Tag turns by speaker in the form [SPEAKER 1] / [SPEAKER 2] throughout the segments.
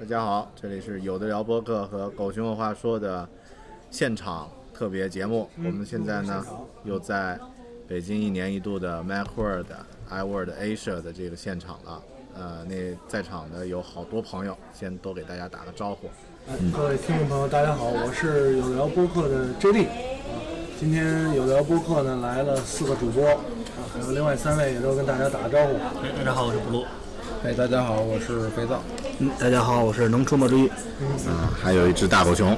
[SPEAKER 1] 大家好，这里是有的聊播客和狗熊有话说的现场特别节目。
[SPEAKER 2] 嗯
[SPEAKER 1] 我们现在呢又在北京一年一度的 MacWorld、iWorld Asia 的这个现场了。呃，那在场的有好多朋友，先都给大家打个招呼。
[SPEAKER 3] 各位听众朋友，大家好，我是有聊播客的 JD。啊今天有聊播客呢来了四个主播，啊，还有另外三位也都跟大家打个招呼。
[SPEAKER 4] 大家好，我是布鲁。
[SPEAKER 2] 哎，大家好，我是肥皂。
[SPEAKER 5] 嗯，大家好，我是能出没之一。
[SPEAKER 1] 啊，还有一只大狗熊。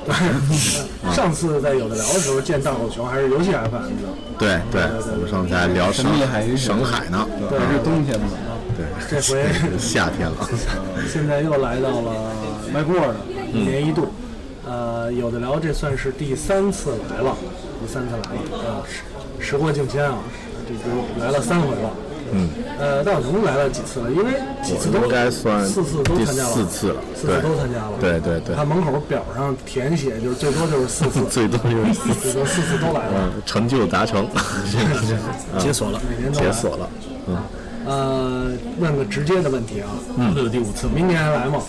[SPEAKER 3] 上次在有的聊的时候见大狗熊还是游戏 FM 的，
[SPEAKER 1] 对对，我们上次还聊
[SPEAKER 2] 神
[SPEAKER 1] 上
[SPEAKER 2] 秘海域
[SPEAKER 1] 上海呢，啊
[SPEAKER 3] 对
[SPEAKER 2] 是冬天嘛？
[SPEAKER 1] 对，
[SPEAKER 3] 这回
[SPEAKER 1] 是 夏 天了。
[SPEAKER 3] 现在又来到了 MacWorld，一
[SPEAKER 1] 嗯
[SPEAKER 3] 年一度。呃，有的聊这算是第三次来了，第三次来了啊，时时过境迁啊，这都来了三回了。嗯，呃，大熊来了几次了？因为几次都
[SPEAKER 1] 我应该算
[SPEAKER 3] 四次都参加了，
[SPEAKER 1] 第四次了
[SPEAKER 3] 四
[SPEAKER 1] 对
[SPEAKER 3] 次都参加了。
[SPEAKER 1] 对对对，
[SPEAKER 3] 他门口表上填写就是最多就是四次
[SPEAKER 1] 最多就是四
[SPEAKER 3] 最多四次都来了，
[SPEAKER 1] 嗯，成就达成，
[SPEAKER 5] 解锁了，
[SPEAKER 3] 每年都来
[SPEAKER 1] 解锁了。
[SPEAKER 3] 呃，问个直接的问题啊，
[SPEAKER 1] 嗯
[SPEAKER 4] 这是第五次，
[SPEAKER 3] 明年还来吗？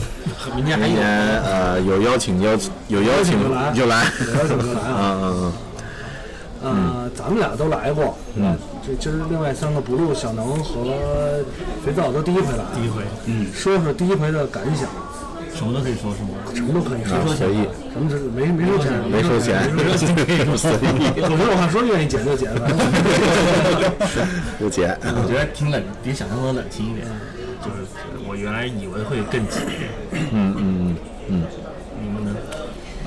[SPEAKER 4] 明天还
[SPEAKER 1] 明
[SPEAKER 4] 有
[SPEAKER 1] 年呃有邀请邀请有邀请
[SPEAKER 3] 有邀请
[SPEAKER 1] 就
[SPEAKER 3] 就来
[SPEAKER 1] 来，
[SPEAKER 3] 有邀请就来啊
[SPEAKER 1] 嗯嗯嗯，
[SPEAKER 3] 呃，咱们俩都来过，嗯，这今儿另外三个不录，小能和肥皂都第一回来，啊
[SPEAKER 4] 第一回，嗯，
[SPEAKER 3] 说说第一回的感想，
[SPEAKER 4] 什么都可以说，是吗？
[SPEAKER 3] 什么都可以说，
[SPEAKER 1] 啊随意
[SPEAKER 3] 什么是没没收钱，
[SPEAKER 1] 没收钱，随 意
[SPEAKER 3] 有没有话说愿意剪就剪， 反正
[SPEAKER 1] 有钱，
[SPEAKER 4] 我觉得挺冷，比想象中的冷清一点。就是我原来以为会更激烈。嗯嗯嗯。你们呢？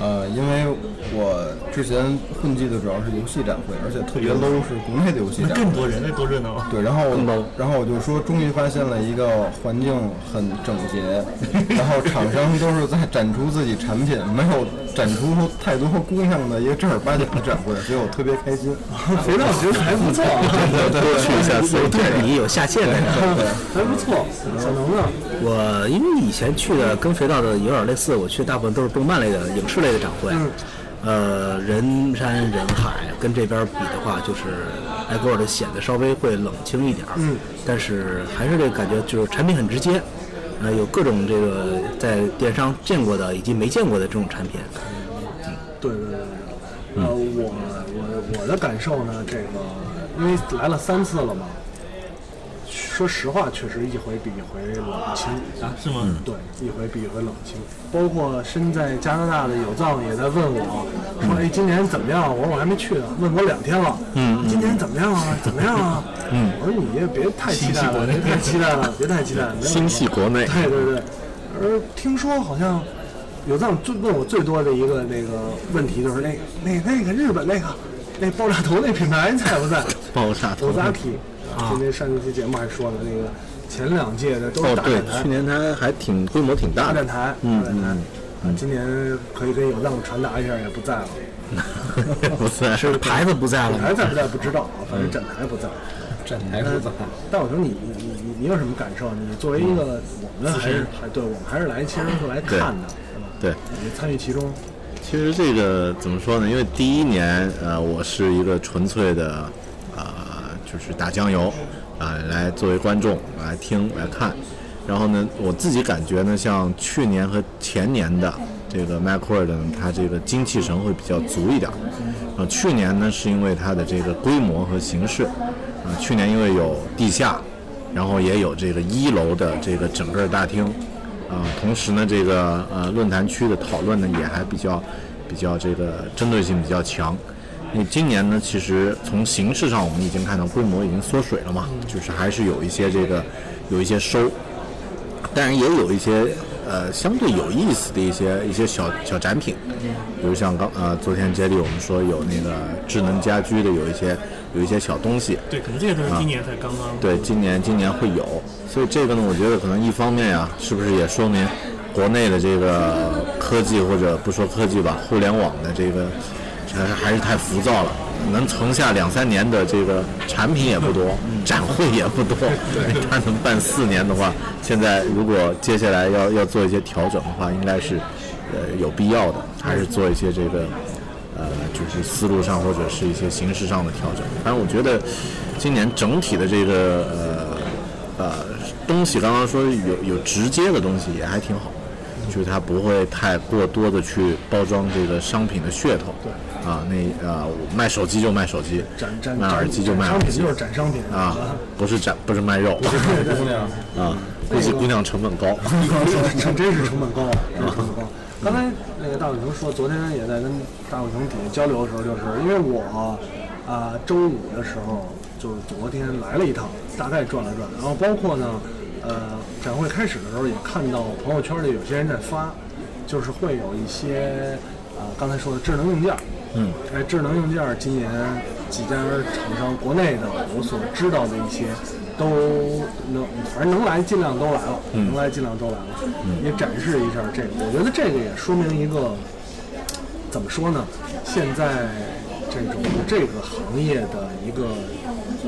[SPEAKER 2] 呃，因为我之前混迹的主要是游戏展会，而且特别 low 是国内的游戏展
[SPEAKER 4] 更
[SPEAKER 2] 会。
[SPEAKER 4] 多人，那多热闹啊！
[SPEAKER 2] 对，然后我，然后我就说，终于发现了一个环境很整洁，然后厂商都是在展出自己产品，没有展出太多姑娘的一个正儿八经的展会，所以我特别开心。
[SPEAKER 3] 肥皂觉得还不错，啊
[SPEAKER 1] 多去一下 C
[SPEAKER 5] 对你有下线的。
[SPEAKER 3] 还不错，小能呢？
[SPEAKER 5] 我因为以前去的跟肥皂的有点类似，我去大部分都是动漫类的、影视类的展会，
[SPEAKER 1] 嗯
[SPEAKER 5] 呃，人山人海，跟这边比的话，就是埃格尔的显得稍微会冷清一点儿，嗯，但是还是这个感觉，就是产品很直接，呃，有各种这个在电商见过的以及没见过的这种产品，
[SPEAKER 3] 对对对对，对，呃，我我我的感受呢，这个因为来了三次了嘛，说实话，确实一回比一回冷清。嗯
[SPEAKER 4] 是吗？
[SPEAKER 3] 对，一回比一回冷清。包括身在加拿大的有藏也在问我，说：“哎，今年怎么样啊？”我说：“我还没去呢。”问我两天了。嗯，今年怎么样啊？怎么样啊？嗯，我说你也别太期待了，别太期待了，别太期待了。没有
[SPEAKER 1] 心系国内
[SPEAKER 3] 对对对，而听说好像有藏最问我最多的一个那个问题就是那个那那个日本那个那爆炸头那品牌在 不
[SPEAKER 1] 哦
[SPEAKER 3] 在？
[SPEAKER 1] 爆炸
[SPEAKER 3] 我
[SPEAKER 1] 头，
[SPEAKER 3] 扎提啊，今天上一期节目还说了那个前两届的都是
[SPEAKER 1] 哦
[SPEAKER 3] 大
[SPEAKER 1] 对
[SPEAKER 3] 展，台
[SPEAKER 1] 去。年它还挺规模挺大
[SPEAKER 3] 大站
[SPEAKER 1] 的，
[SPEAKER 3] 台，嗯嗯，啊，今年可以跟有藏传达一下，也不在了，
[SPEAKER 1] 不算
[SPEAKER 5] 是牌子不在了
[SPEAKER 3] 展
[SPEAKER 1] 嗯
[SPEAKER 5] 吗？
[SPEAKER 3] 台在不在不知道啊，反正展台不在。呃
[SPEAKER 2] 展台不咋。
[SPEAKER 3] 但我觉得你你你你你有什么感受？你作为一个
[SPEAKER 1] 嗯
[SPEAKER 3] 我们还是还对我们还是来其实是来看的，是吧？
[SPEAKER 1] 对。
[SPEAKER 3] 你参与其中，
[SPEAKER 1] 其实这个怎么说呢？因为第一年，呃，我是一个纯粹的，呃，就是打酱油，啊、来作为观众来听来看。然后呢，我自己感觉呢，像去年和前年的这个 Macworld 呢，它这个精气神会比较足一点。呃，去年呢，是因为它的这个规模和形式，啊、去年因为有地下，然后也有这个一楼的这个整个大厅，啊，同时呢，这个呃论坛区的讨论呢也还比较比较这个针对性比较强。那今年呢，其实从形式上我们已经看到规模已经缩水了嘛，就是还是有一些这个有一些收，当然也有一些呃相对有意思的一些一些小小展品，比如像刚呃昨天 j e d 我们说有那个智能家居的有一些有一些小东西。
[SPEAKER 3] 对，可能这些东西今年才刚刚。
[SPEAKER 1] 对，今年今年会有，所以这个呢，我觉得可能一方面呀、是不是也说明国内的这个科技或者不说科技吧，互联网的这个还是还是太浮躁了。能存下两三年的这个产品也不多， 展会也不多。对， 他能办四年的话，现在如果接下来要要做一些调整的话，应该是呃有必要的，还是做一些这个呃，就是思路上或者是一些形式上的调整。反正我觉得今年整体的这个呃呃东西，刚刚说有有直接的东西也还挺好，就是它不会太过多的去包装这个商品的噱头。啊，那啊、我卖手机就卖手机，
[SPEAKER 3] 展展
[SPEAKER 1] 卖
[SPEAKER 3] 展
[SPEAKER 1] 耳机就卖
[SPEAKER 3] 展
[SPEAKER 1] 耳
[SPEAKER 3] 商品
[SPEAKER 1] 机
[SPEAKER 3] 就是展商品
[SPEAKER 1] 啊，不是展不是卖肉
[SPEAKER 3] 姑娘，
[SPEAKER 1] 啊，估计姑娘成本高。
[SPEAKER 3] 成真是成本高，啊真是成本高。刚才那个大伟熊说，昨天也在跟大伟熊底下交流的时候，就是因为我啊、周五的时候，就是昨天来了一趟，大概转了转，然后包括呢，呃，展会开始的时候也看到朋友圈里有些人在发，就是会有一些啊、刚才说的智能硬件，
[SPEAKER 1] 嗯，
[SPEAKER 3] 哎，智能硬件儿今年几家厂商，国内的我所知道的一些，都能，反正能来尽量都来了，能来尽量都来了，也展示一下这个。我觉得这个也说明一个，怎么说呢？现在这种这个行业的一个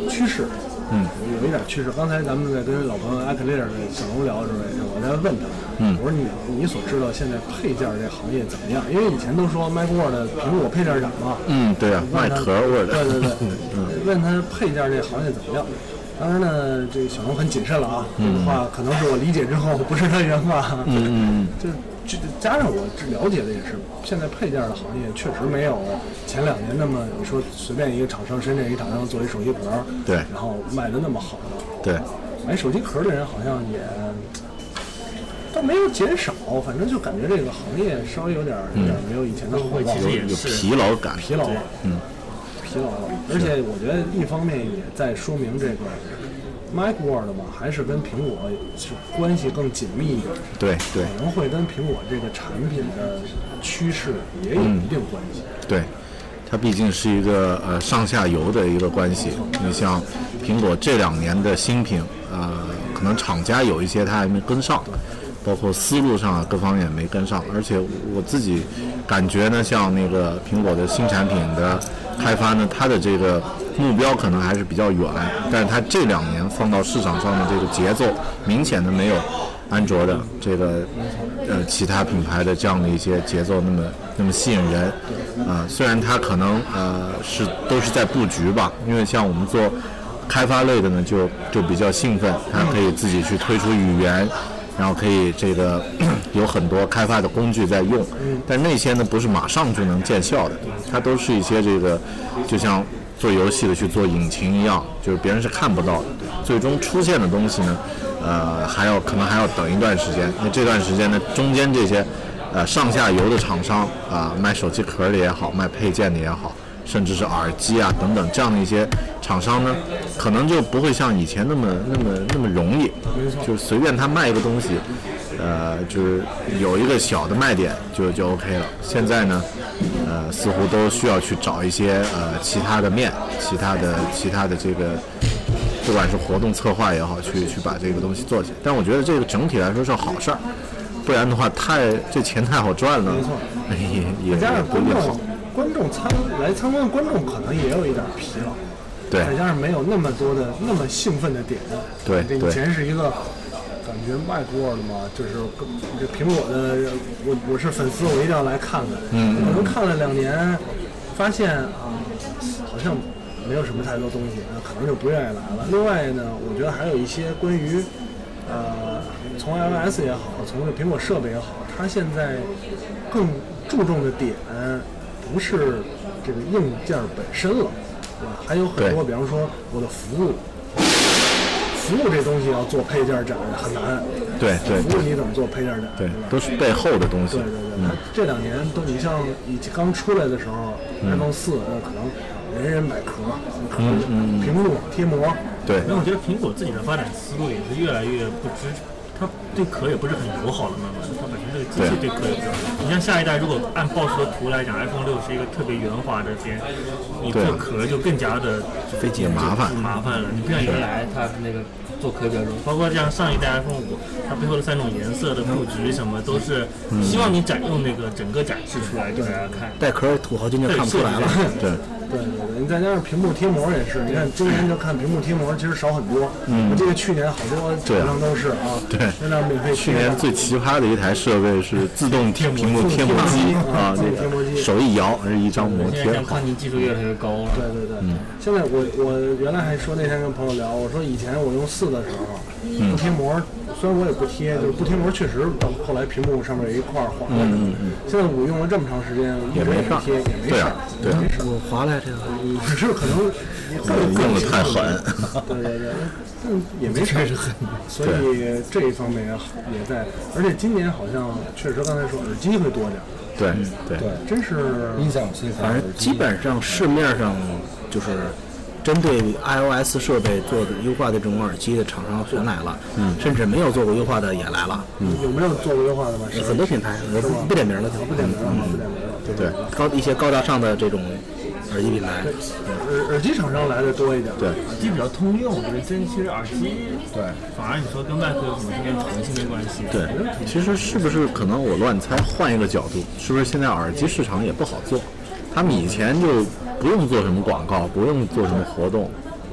[SPEAKER 3] 趋势，嗯，有一点趋势。刚才咱们在跟老朋友艾克利尔小龙聊的时候，也是我在问他，嗯，我说你你所知道现在配件这行业怎么样？因为以前都说 MacWord 的苹果配件展嘛，
[SPEAKER 1] 嗯，对啊，
[SPEAKER 3] 问
[SPEAKER 1] 卖
[SPEAKER 3] 他
[SPEAKER 1] 壳味儿
[SPEAKER 3] 对 对
[SPEAKER 1] 的。嗯
[SPEAKER 3] 对，问他配件这行业怎么样？当然呢，这个小龙很谨慎了啊，这
[SPEAKER 1] 嗯
[SPEAKER 3] 个话可能是我理解之后不是他原话，嗯嗯， 就这加上我这了解的也是，现在配件的行业确实没有前两年那么你说随便一个厂商，深圳一厂商做一手机壳，
[SPEAKER 1] 对
[SPEAKER 3] 然后卖的那么好了，
[SPEAKER 1] 对，
[SPEAKER 3] 买手机壳的人好像也倒没有减少，反正就感觉这个行业稍微有点有点没有以前的火
[SPEAKER 4] 会
[SPEAKER 3] 爆了
[SPEAKER 4] 其实
[SPEAKER 1] 嗯有
[SPEAKER 4] 也是
[SPEAKER 1] 疲劳感。
[SPEAKER 3] 疲劳了，嗯，疲劳了。而且我觉得一方面也在说明这个 Mac World 嘛，还是跟苹果是关系更紧密一点，
[SPEAKER 1] 对对
[SPEAKER 3] 可能会跟苹果这个产品的趋势也有一定关系。
[SPEAKER 1] 对，它毕竟是一个呃上下游的一个关系。你像苹果这两年的新品，呃，可能厂家有一些它还没跟上，包括思路上啊各方面也没跟上。而且我自己感觉呢，像那个苹果的新产品的开发呢，它的这个目标可能还是比较远，但是它这两年放到市场上的这个节奏，明显的没有安卓的这个呃其他品牌的这样的一些节奏那么那么吸引人啊、虽然它可能呃是都是在布局吧，因为像我们做开发类的呢，就就比较兴奋，它可以自己去推出语言。然后可以这个 有很多开发的工具在用，但那些呢不是马上就能见效的，它都是一些这个，就像做游戏的去做引擎一样，就是别人是看不到的。最终出现的东西呢，呃，还要可能还要等一段时间。那这段时间呢，中间这些呃上下游的厂商啊、卖手机壳的也好，卖配件的也好，甚至是耳机啊等等这样的一些厂商呢，可能就不会像以前那么那么那么容易，就是随便他卖一个东西，呃，就是有一个小的卖点就就 OK 了。现在呢，呃，似乎都需要去找一些呃其他的面，其他的其他的这个。不管是活动策划也好，去去把这个东西做起来，但我觉得这个整体来说是好事儿，不然的话太这钱太好赚了，也也
[SPEAKER 3] 加
[SPEAKER 1] 也
[SPEAKER 3] 上
[SPEAKER 1] 不一
[SPEAKER 3] 观
[SPEAKER 1] 定
[SPEAKER 3] 众
[SPEAKER 1] 好。
[SPEAKER 3] 观众参来参观的观众可能也有一点疲劳，
[SPEAKER 1] 对，
[SPEAKER 3] 再加上没有那么多的那么兴奋的点。
[SPEAKER 1] 对
[SPEAKER 3] 这
[SPEAKER 1] 对
[SPEAKER 3] 以前是一个感觉 Mac World 嘛，就是跟这苹果的，我我是粉丝，我一定要来看看。嗯，可能看了两
[SPEAKER 1] 嗯
[SPEAKER 3] 年，发现啊，好像没有什么太多东西，那可能就不愿意来了。另外呢，我觉得还有一些关于呃，从 iOS 也好，从这苹果设备也好，它现在更注重的点不是这个硬件本身了，对吧？还有很
[SPEAKER 1] 对
[SPEAKER 3] 多，比方说我的服务，服务这东西要做配件展很难，
[SPEAKER 1] 对对
[SPEAKER 3] 服务你怎么做配件展，
[SPEAKER 1] 对
[SPEAKER 3] 对，吧？
[SPEAKER 1] 都嗯是背后的东西。
[SPEAKER 3] 对对对，它这两年都，你像以前刚出来的时候，iPhone
[SPEAKER 1] 嗯
[SPEAKER 3] 四那可能人人买壳，壳、
[SPEAKER 1] 嗯
[SPEAKER 3] 屏幕贴膜，
[SPEAKER 1] 对
[SPEAKER 4] 因为我觉得苹果自己的发展思路也是越来越不支它对壳也不是很友好了。慢慢它本身这个机器对壳也不友好。你像下一代，如果按 BOSS 的图来讲，iPhone 六是一个特别圆滑的边，你做
[SPEAKER 5] 啊
[SPEAKER 4] 壳就更加的
[SPEAKER 1] 费劲麻烦
[SPEAKER 4] 就麻烦了。你不像
[SPEAKER 5] 啊
[SPEAKER 4] 原来它那个做壳比较容易，包括像上一代 iPhone 五，它背后的三种颜色的布局什么都是
[SPEAKER 5] 嗯
[SPEAKER 4] 希望你展用那个整个展示出来给大家看。
[SPEAKER 5] 带壳儿土豪金就看不出来了。
[SPEAKER 1] 对，
[SPEAKER 3] 对对对，你再加上屏幕贴膜也是，你看
[SPEAKER 1] 嗯
[SPEAKER 3] 今年就看屏幕贴膜，其实少很多。嗯，我记得去年好多厂商都是啊，
[SPEAKER 1] 对
[SPEAKER 3] 现在免费
[SPEAKER 1] 去
[SPEAKER 3] 去
[SPEAKER 1] 年最奇葩的一台设备是自动贴屏幕贴膜机啊，那个手一摇，是一张膜
[SPEAKER 4] 现
[SPEAKER 1] 贴
[SPEAKER 4] 在像
[SPEAKER 1] 好
[SPEAKER 4] 跨。境技术越来越高了，
[SPEAKER 3] 对对对，现在我我原来还说那天跟朋友聊，我说以前我用四的时候不贴膜，虽然我也不贴，就是不贴膜确实到后来屏幕上面有一块儿划了。嗯嗯现在我用了这么长时间，也没事贴，也没
[SPEAKER 1] 对
[SPEAKER 3] 事
[SPEAKER 1] 啊
[SPEAKER 3] 儿，，
[SPEAKER 1] 对啊，
[SPEAKER 5] 我划来这个，
[SPEAKER 3] 只是可能
[SPEAKER 1] 用的太
[SPEAKER 3] 嗯
[SPEAKER 1] 狠。
[SPEAKER 3] 对对对，但也没事儿，所以这一方面也在，而且今年好像确实刚才说耳机会多点儿，
[SPEAKER 1] 对对，
[SPEAKER 3] 真是
[SPEAKER 2] 音响器材，
[SPEAKER 5] 反正基本上市面上就是针对 iOS 设备做的优化的这种耳机的厂商全来了，嗯，甚至没有做过优化的也来了，嗯，
[SPEAKER 3] 有没有做过优化的吧？是
[SPEAKER 5] 很多品牌我不不点名了，不
[SPEAKER 3] 不点名了，不点名了。对
[SPEAKER 1] 对
[SPEAKER 5] 嗯高一些高大上的这种耳机品牌，
[SPEAKER 3] 耳耳机厂商来的多一点，
[SPEAKER 1] 对
[SPEAKER 4] 耳机比较通用，我觉得真其实耳机对，反而你说跟外壳有什么跟诚信没关系。
[SPEAKER 1] 对，其实是不是可能我乱猜？换一个角度，是不是现在耳机市场也不好做？他们以前就不用做什么广告，不用做什么活动，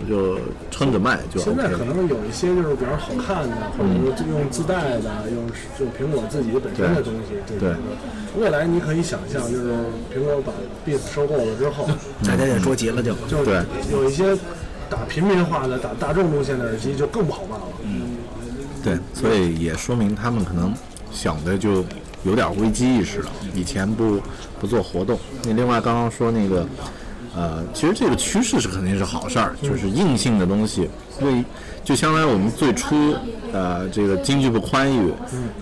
[SPEAKER 1] 就撑着卖就
[SPEAKER 3] 现
[SPEAKER 1] OK
[SPEAKER 3] 在可
[SPEAKER 1] 了。
[SPEAKER 3] 能有一些就是比较好看的，或者说用自带的，用就苹果自己本身的东西。对
[SPEAKER 1] 对
[SPEAKER 3] 未来你可以想象，就是苹果把 Beats 收购
[SPEAKER 5] 嗯
[SPEAKER 3] 了之后，
[SPEAKER 5] 大家也捉急了就。
[SPEAKER 3] 就
[SPEAKER 1] 对
[SPEAKER 3] 有一些打平民化的、打大众路线的耳机就更不好卖了。
[SPEAKER 1] 对，所以也说明他们可能想的就有点危机意识了。以前不不做活动，那另外刚刚说那个，呃，其实这个趋势是肯定是好事儿，就是硬性的东西，所以就相当于我们最初呃这个经济不宽裕，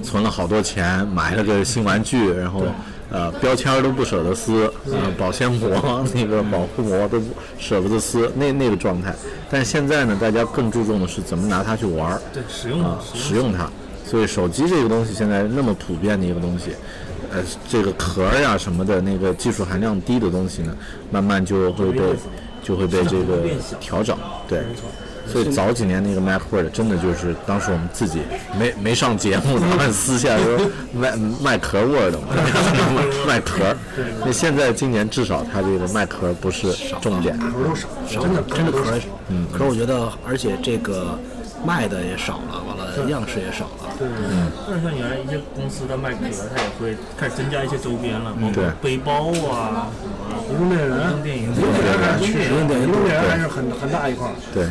[SPEAKER 1] 存了好多钱买了个新玩具，然后。呃，标签儿都不舍得撕，呃，保鲜膜 那个保护膜都不舍不得撕，那那个状态。但是现在呢，大家更注重的是怎么拿它去玩儿，
[SPEAKER 4] 对，使用
[SPEAKER 1] 啊，使用它。所以手机这个东西现在那么普遍的一个东西，呃，这个壳儿呀、什么的，那个技术含量低的东西呢，慢慢就会被就会被这个调整，对。所以早几年那个 MacWord 真的就是当时我们自己没没上节目，咱们私下说卖卖壳 Word 嘛， 卖壳儿。那现在今年至少它这个卖壳儿不是重点，
[SPEAKER 3] 壳都少，真的
[SPEAKER 5] 真的
[SPEAKER 3] 都
[SPEAKER 5] 可
[SPEAKER 3] 少
[SPEAKER 5] 以。，嗯，可是我觉得，而且这个卖的也少了，完了样式也少了，
[SPEAKER 4] 但是像原来一些公司的卖壳，它也会开始增加一些周边
[SPEAKER 5] 嗯
[SPEAKER 4] 了，包括
[SPEAKER 1] 对
[SPEAKER 4] 背包啊，
[SPEAKER 3] 移动电源，
[SPEAKER 4] 电影
[SPEAKER 3] 移动电
[SPEAKER 5] 啊
[SPEAKER 3] 源还是趋势，移动
[SPEAKER 5] 电源
[SPEAKER 3] 电源还是很很大一块儿。
[SPEAKER 1] 对，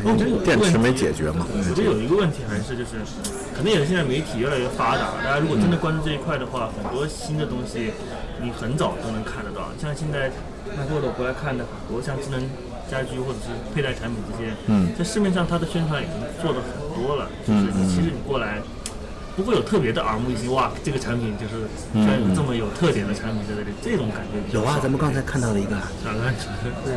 [SPEAKER 1] 电池没解决嘛。
[SPEAKER 4] 我觉得有一个问题还是就是，可能也是现在媒体越来越发达，大家如果
[SPEAKER 5] 嗯
[SPEAKER 4] 真的关注这一块的话，很多新的东西你很早都能看得到。像现在那或者国外看的很多像智能家居或者是佩戴产品这些，嗯，在市面上它的宣传已经做的很多了，
[SPEAKER 5] 嗯
[SPEAKER 4] 就是你其实你过来。不会有特别的耳目一新，哇，这个产品就是居然有这么有特点的产品在这里，这种感觉比较
[SPEAKER 5] 嗯有啊
[SPEAKER 4] 少，
[SPEAKER 5] 咱们刚才看到了一 个，
[SPEAKER 4] 哪个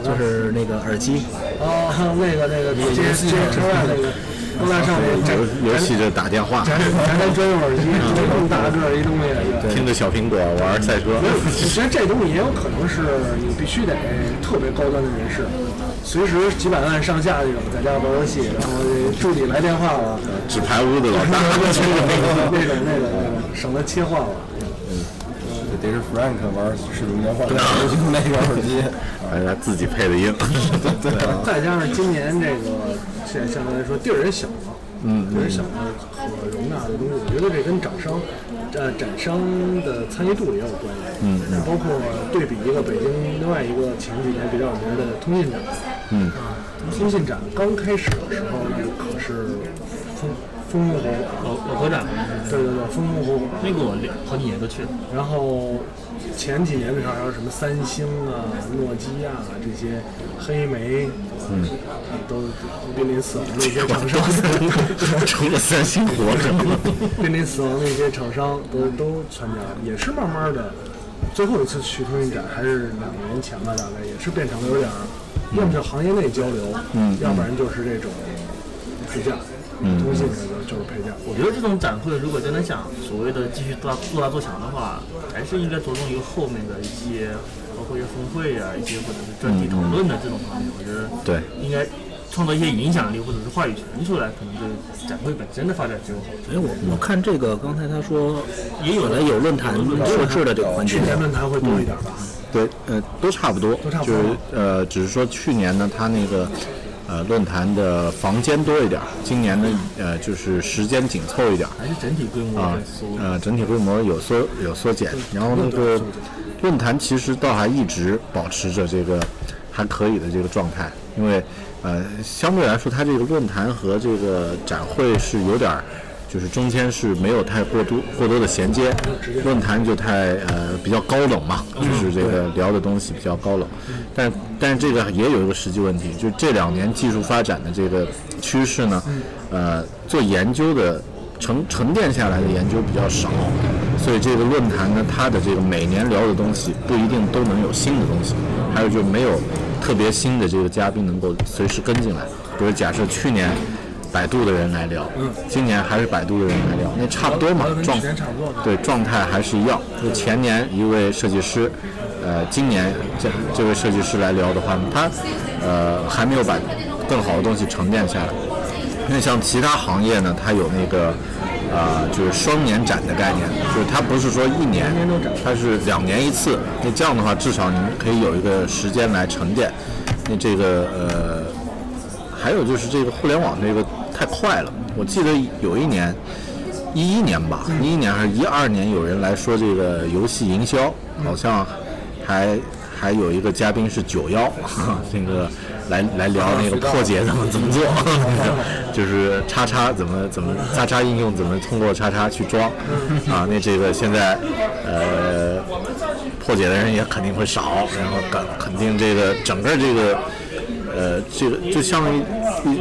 [SPEAKER 5] 就是那个耳机，
[SPEAKER 3] 啊，那个那个
[SPEAKER 5] 嗯
[SPEAKER 3] 接接车外那个，车外上面展
[SPEAKER 1] 尤尤其这打电话，
[SPEAKER 3] 咱咱咱专用耳机，
[SPEAKER 5] 嗯
[SPEAKER 3] 这么大个儿一东西，
[SPEAKER 1] 听着小苹果玩赛车。
[SPEAKER 3] 其实这东西也有可能是你必须得特别高端的人士，随时几百万上下那种，在家玩游戏，然后这助理来电话了，
[SPEAKER 1] 纸牌屋的老
[SPEAKER 3] 那
[SPEAKER 1] 大，
[SPEAKER 3] 种那种那种，省得切换了。
[SPEAKER 2] 得是 Frank 玩使命召唤，用那个耳机，
[SPEAKER 1] 哎，他自己配的音，对对
[SPEAKER 3] 再加上今年这个现在相对来说地儿也小了，嗯，地儿也小了，可容纳的东西，我觉得这跟掌商，呃，展商的参与度也有关系，嗯，包括对比一个北京另外一个前几年比较有名的通信展，嗯，啊，通信展刚开始的时候那可是风风风火火，啊
[SPEAKER 4] 老老科长，
[SPEAKER 3] 对对对，风风火啊火，
[SPEAKER 4] 那个我两好几年都去了，
[SPEAKER 3] 然后前几年的时候还有什么三星啊、诺基亚、啊、这些黑莓，嗯，都濒临死亡的一些厂商，
[SPEAKER 1] 除了三星活着，
[SPEAKER 3] 濒临死亡的一些厂商都都参加了，也是慢慢的。最后一次去通讯展还是两年前吧，大概也是变成了有点儿，要么就行业内交流，嗯，要不然就是这种支架。中信这个就是陪嫁。
[SPEAKER 4] 我觉得这种展会如果真的想所谓的继续做大做大做强的话，还是应该着重于后面的一些，包括一些峰会啊，一些或者是专题讨论的这种方面。我觉得
[SPEAKER 1] 对
[SPEAKER 4] 应该创造一些影响力或者是话语权出来，可能对展会本身的发展只有好处。
[SPEAKER 5] 哎，我我看这个，刚才他说
[SPEAKER 4] 也有
[SPEAKER 5] 本来有论坛设置的这个环节
[SPEAKER 3] 去，年论坛会多一点吧，
[SPEAKER 1] 对，呃，都差不多，
[SPEAKER 3] 都差不
[SPEAKER 1] 就
[SPEAKER 3] 多
[SPEAKER 1] 是呃，只是说去年呢，它那个呃论坛的房间多一点儿，今年呢，呃，就是时间紧凑一点儿
[SPEAKER 4] 还是整体规模
[SPEAKER 1] 啊
[SPEAKER 4] 在缩，
[SPEAKER 1] 呃，整体规模有缩有缩减，然后那个论坛其实倒还一直保持着这个还可以的这个状态，因为呃，相对来说，它这个论坛和这个展会是有点儿。就是中间是没有太过多过多的衔接，论坛就太呃比较高冷嘛，就是这个聊的东西比较高冷，但但是这个也有一个实际问题，就这两年技术发展的这个趋势呢，呃，做研究的沉沉淀下来的研究比较少，所以这个论坛呢，它的这个每年聊的东西不一定都能有新的东西，还有就没有特别新的这个嘉宾能够随时跟进来。比如假设去年百度的人来聊，今年还是百度的人来聊，那差不多嘛，状对状态还是一样。就前年一位设计师，呃，今年这这位设计师来聊的话，他呃还没有把更好的东西沉淀下来。因为像其他行业呢，它有那个呃，就是双年展的概念，就是它不是说一年，它是两年一次。那这样的话，至少你可以有一个时间来沉淀。那这个呃，还有就是这个互联网这个太快了，我记得有一年。一一年吧，一一年还是一二年，有人来说这个游戏营销，好像还还有一个嘉宾是九幺， 那个来来聊那个破解怎么怎么做， 就是叉叉怎么怎么叉叉应用怎么通过叉叉去装啊，那这个现在呃破解的人也肯定会少，然后肯肯定这个整个这个。呃，这个就像一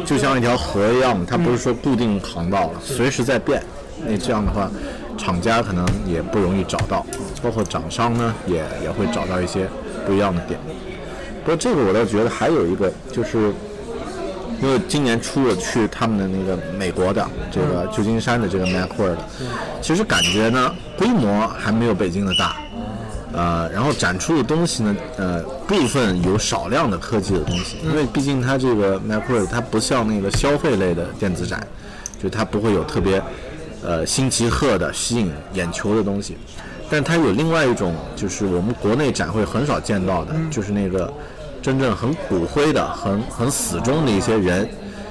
[SPEAKER 1] 就像一条河一样，它不是说固定航道了，随时在变。那这样的话，厂家可能也不容易找到，包括厂商呢，也也会找到一些不一样的点。不过这个我倒觉得还有一个就是。因为今年初我去他们的那个美国的这个旧金山的这个 Macworld，其实感觉呢规模还没有北京的大，呃，然后展出的东西呢，呃，部分有少量的科技的东西，因为毕竟它这个 Macworld 它不像那个消费类的电子展，就它不会有特别呃新奇特的吸引眼球的东西，但它有另外一种就是我们国内展会很少见到的，就是那个真正很骨灰的、很很死忠的一些人。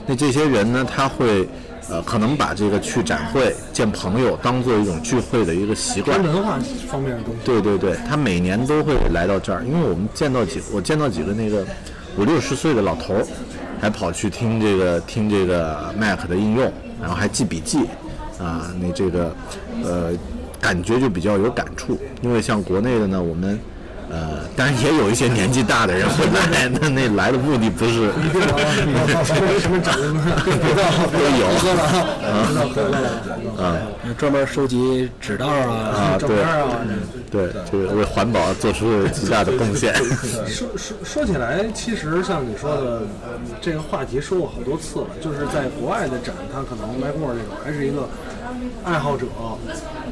[SPEAKER 1] 那这些人呢，他会呃，可能把这个去展会见朋友当做一种聚会的一个习惯
[SPEAKER 3] 跟。文化方面的东西。
[SPEAKER 1] 对对对，他每年都会来到这儿，因为我们见到几，我见到几个那个五六十岁的老头儿，还跑去听这个听这个 Mac 的应用，然后还记笔记，啊，那这个呃，感觉就比较有感触，因为像国内的呢，我们。呃，当然也有一些年纪大的人会来， 那那来的目的不是
[SPEAKER 3] 为什么长得不是？
[SPEAKER 1] 都有啊
[SPEAKER 5] 嗯专门收集纸袋儿啊，
[SPEAKER 1] 啊，
[SPEAKER 3] 照
[SPEAKER 1] 对
[SPEAKER 3] 片啊，
[SPEAKER 1] 对，这个为环保做出了极大的贡 献。
[SPEAKER 3] 说说说起来，其实像你说的，呃这个话题说过好多次了，就是在国外的展，它可能 Mac More 这种还是一个爱好者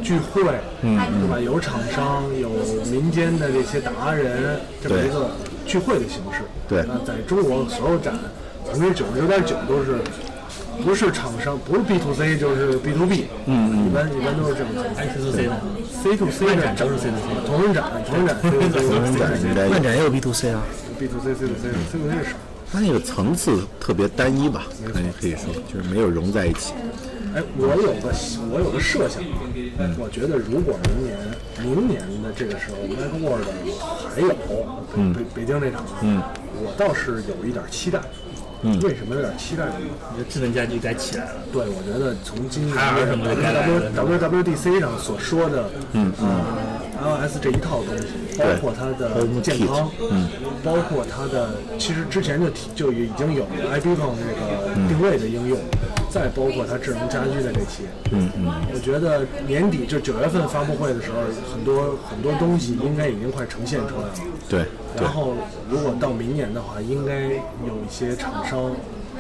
[SPEAKER 3] 聚会，嗯，对吧？有厂商，有民间的这些达人，这么一个聚会的形式。
[SPEAKER 1] 对
[SPEAKER 3] 那在中国所有展，百分之九十九点九都是。不是厂商，不是 B to C 就是 B to B，嗯，一般一般都是这种情况。
[SPEAKER 4] I C C 的，
[SPEAKER 3] C to C 的
[SPEAKER 4] 都是 C to C
[SPEAKER 3] 同人展、同人展、C to C、同 人展
[SPEAKER 1] 应该有
[SPEAKER 5] 漫展也有 B to C 啊，
[SPEAKER 3] B to C、C to C、C to C 是啥？
[SPEAKER 1] 它那个层次特别单一吧，可以可以说就是没有融在一起。
[SPEAKER 3] 哎，我有个我有个设想啊，我觉得如果明年明年的这个时候 m a c w o r l d 还有北北北京这场，嗯，我倒是有一点期待。嗯，为什么有点期待呢？
[SPEAKER 4] 我觉得智能家居该起来了。
[SPEAKER 3] 对，我觉得从今年呃
[SPEAKER 4] 海尔什么的该来
[SPEAKER 3] W
[SPEAKER 4] 了
[SPEAKER 3] W W D C 上所说的，嗯呃 iOS 这一套东西，包括它的健康，嗯，包括它的，其实之前就提就已经有 iPhone 这个定位的应用，再包括它智能家居的这些，嗯嗯，我觉得年底就九月份发布会的时候，很多很多东西应该已经快呈现出来了。
[SPEAKER 1] 对对
[SPEAKER 3] 然后，如果到明年的话，应该有一些厂商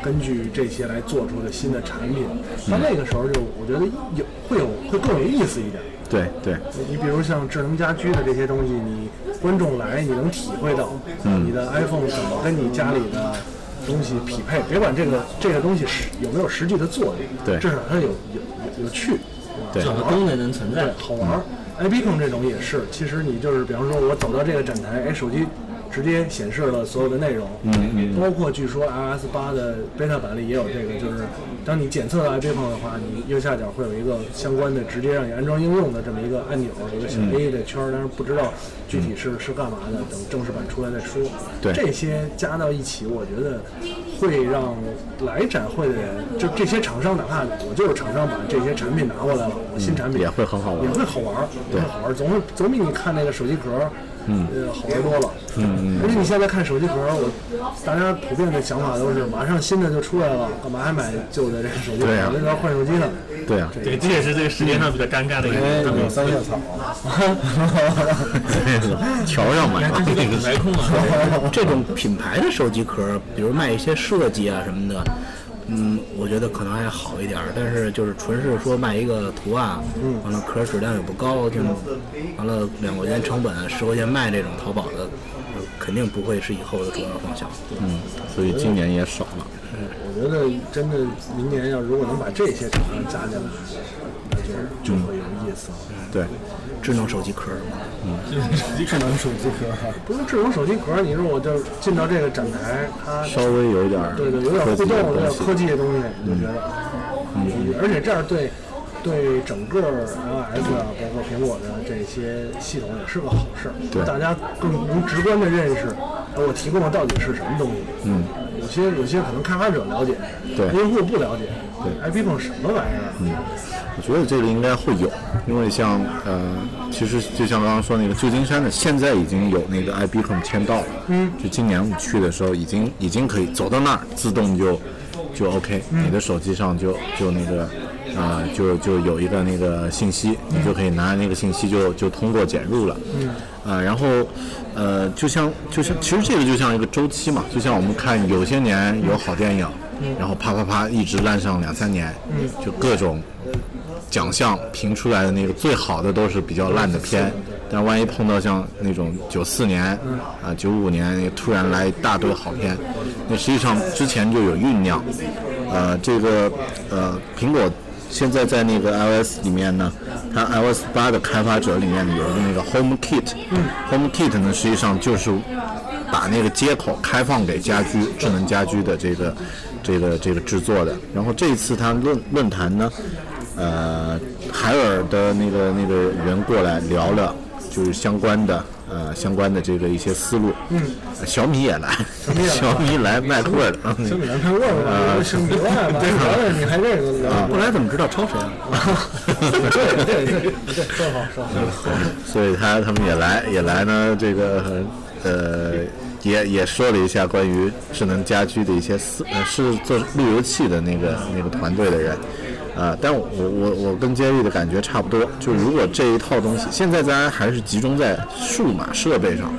[SPEAKER 3] 根据这些来做出的新的产品。到那个时候就我觉得有会有会更有意思一点。
[SPEAKER 1] 对对，
[SPEAKER 3] 你比如像智能家居的这些东西，你观众来你能体会到
[SPEAKER 1] 嗯
[SPEAKER 3] 你的 iPhone 怎么跟你家里的东西匹配，别管这个这个东西是有没有实际的作用，
[SPEAKER 1] 对
[SPEAKER 3] 至少它有有有有趣，
[SPEAKER 1] 对
[SPEAKER 3] 好
[SPEAKER 4] 整个
[SPEAKER 3] 玩儿
[SPEAKER 4] 功能能存在
[SPEAKER 3] 对，。好玩儿。i b c o n 这种也是，其实你就是，比方说，我走到这个展台，哎，手机直接显示了所有的内容，嗯嗯，包括据说 iOS 八的 beta 版里也有这个，就是当你检测到 i b c o n 的话，你右下角会有一个相关的直接让你安装应用的这么一个按钮，一个小 A 的圈儿，但是不知道具体是是干嘛的，等正式版出来再说。
[SPEAKER 1] 对
[SPEAKER 3] 这些加到一起，我觉得会让来展会的人，就这些厂商，哪怕我就是厂商把这些产品拿过来了，我新产品
[SPEAKER 1] 也会很好玩
[SPEAKER 3] 也会好玩儿，也会好玩儿，总总比你看那个手机壳儿，呃，好玩多了。嗯而且你现在看手机壳儿，我大家普遍的想法都是，马上新的就出来了，干嘛还买旧的这个手机壳？
[SPEAKER 1] 对啊
[SPEAKER 3] 那时候换手机 呢。
[SPEAKER 1] 对啊，
[SPEAKER 4] 对，这也是这个时间上比较尴尬的一个
[SPEAKER 2] 因为
[SPEAKER 4] 地
[SPEAKER 2] 你有
[SPEAKER 4] 方。
[SPEAKER 2] 三叶草，
[SPEAKER 1] 调上买
[SPEAKER 4] 这是个品牌控啊，
[SPEAKER 5] 这种品牌的手机壳，比如卖一些设计啊什么的，嗯，我觉得可能还好一点儿。但是就是纯是说卖一个图案，嗯，完了壳质量也不高，就完了两块钱成本十块钱卖这种淘宝的，呃肯定不会是以后的主要方向。
[SPEAKER 1] 嗯，所以今年也少了。
[SPEAKER 3] 我觉得真的，明年要如果能把这些厂商加进来，那就就会有意思了。
[SPEAKER 1] 对，
[SPEAKER 5] 智能手机壳，
[SPEAKER 2] 智能嗯手机壳。
[SPEAKER 3] 不是智能手机壳儿，你说我就进到这个展台，它
[SPEAKER 1] 稍微有一点儿
[SPEAKER 3] 对对，有点
[SPEAKER 1] 科
[SPEAKER 3] 互
[SPEAKER 1] 技
[SPEAKER 3] 动，
[SPEAKER 1] 的
[SPEAKER 3] 有点
[SPEAKER 1] 东
[SPEAKER 3] 科
[SPEAKER 1] 西。
[SPEAKER 3] 技的东西，我觉得，嗯，而且这样对对整个 iOS 啊，包括苹果的这些系统也是个好事儿，
[SPEAKER 1] 对
[SPEAKER 3] 大家更能直观的认识，呃我提供的到底是什么东西，嗯，有些有些可能开发者了解，
[SPEAKER 1] 对
[SPEAKER 3] 用户不了解，对，IP 嗯 phone 什么玩意儿，啊
[SPEAKER 1] 我觉得这个应该会有，因为像呃，其实就像刚刚说那个旧金山的，现在已经有那个 iBeacon 签到了。嗯，就今年我们去的时候，已经已经可以走到那儿，自动就就 OK，、你的手机上就就那个啊、就就有一个那个信息，你就可以拿那个信息就就通过简入了。嗯，啊，然后呃，就像就像其实这个就像一个周期嘛，就像我们看有些年有好电影。然后啪啪啪一直烂上两三年，就各种奖项评出来的那个最好的都是比较烂的片，但万一碰到像那种九四年啊九五年突然来一大堆好片，那实际上之前就有酝酿，呃，这个呃苹果。现在在那个 iOS 里面呢，它 iOS 八的开发者里面有一个那个 HomeKit，嗯，HomeKit 呢实际上就是把那个接口开放给家居智能家居的这个这个这个制作的。然后这一次它论论坛呢，呃，海尔的那个那个人过来聊聊，就是相关的呃相关的这个一些思路。嗯，小米也来，小米来迈克尔，嗯
[SPEAKER 3] 小米蓝看问问
[SPEAKER 1] 啊
[SPEAKER 3] 吧，小米 外吧，聊聊你还这个聊，
[SPEAKER 5] 后来怎么知道抄谁啊了？
[SPEAKER 3] 对对对对，正好正好，
[SPEAKER 1] 所以他他们也来也来呢，这个呃也也说了一下关于智能家居的一些思，呃是做路由器的那个那个团队的人。啊、但我我我跟杰瑞的感觉差不多，就如果这一套东西，现在咱还是集中在数码设备上，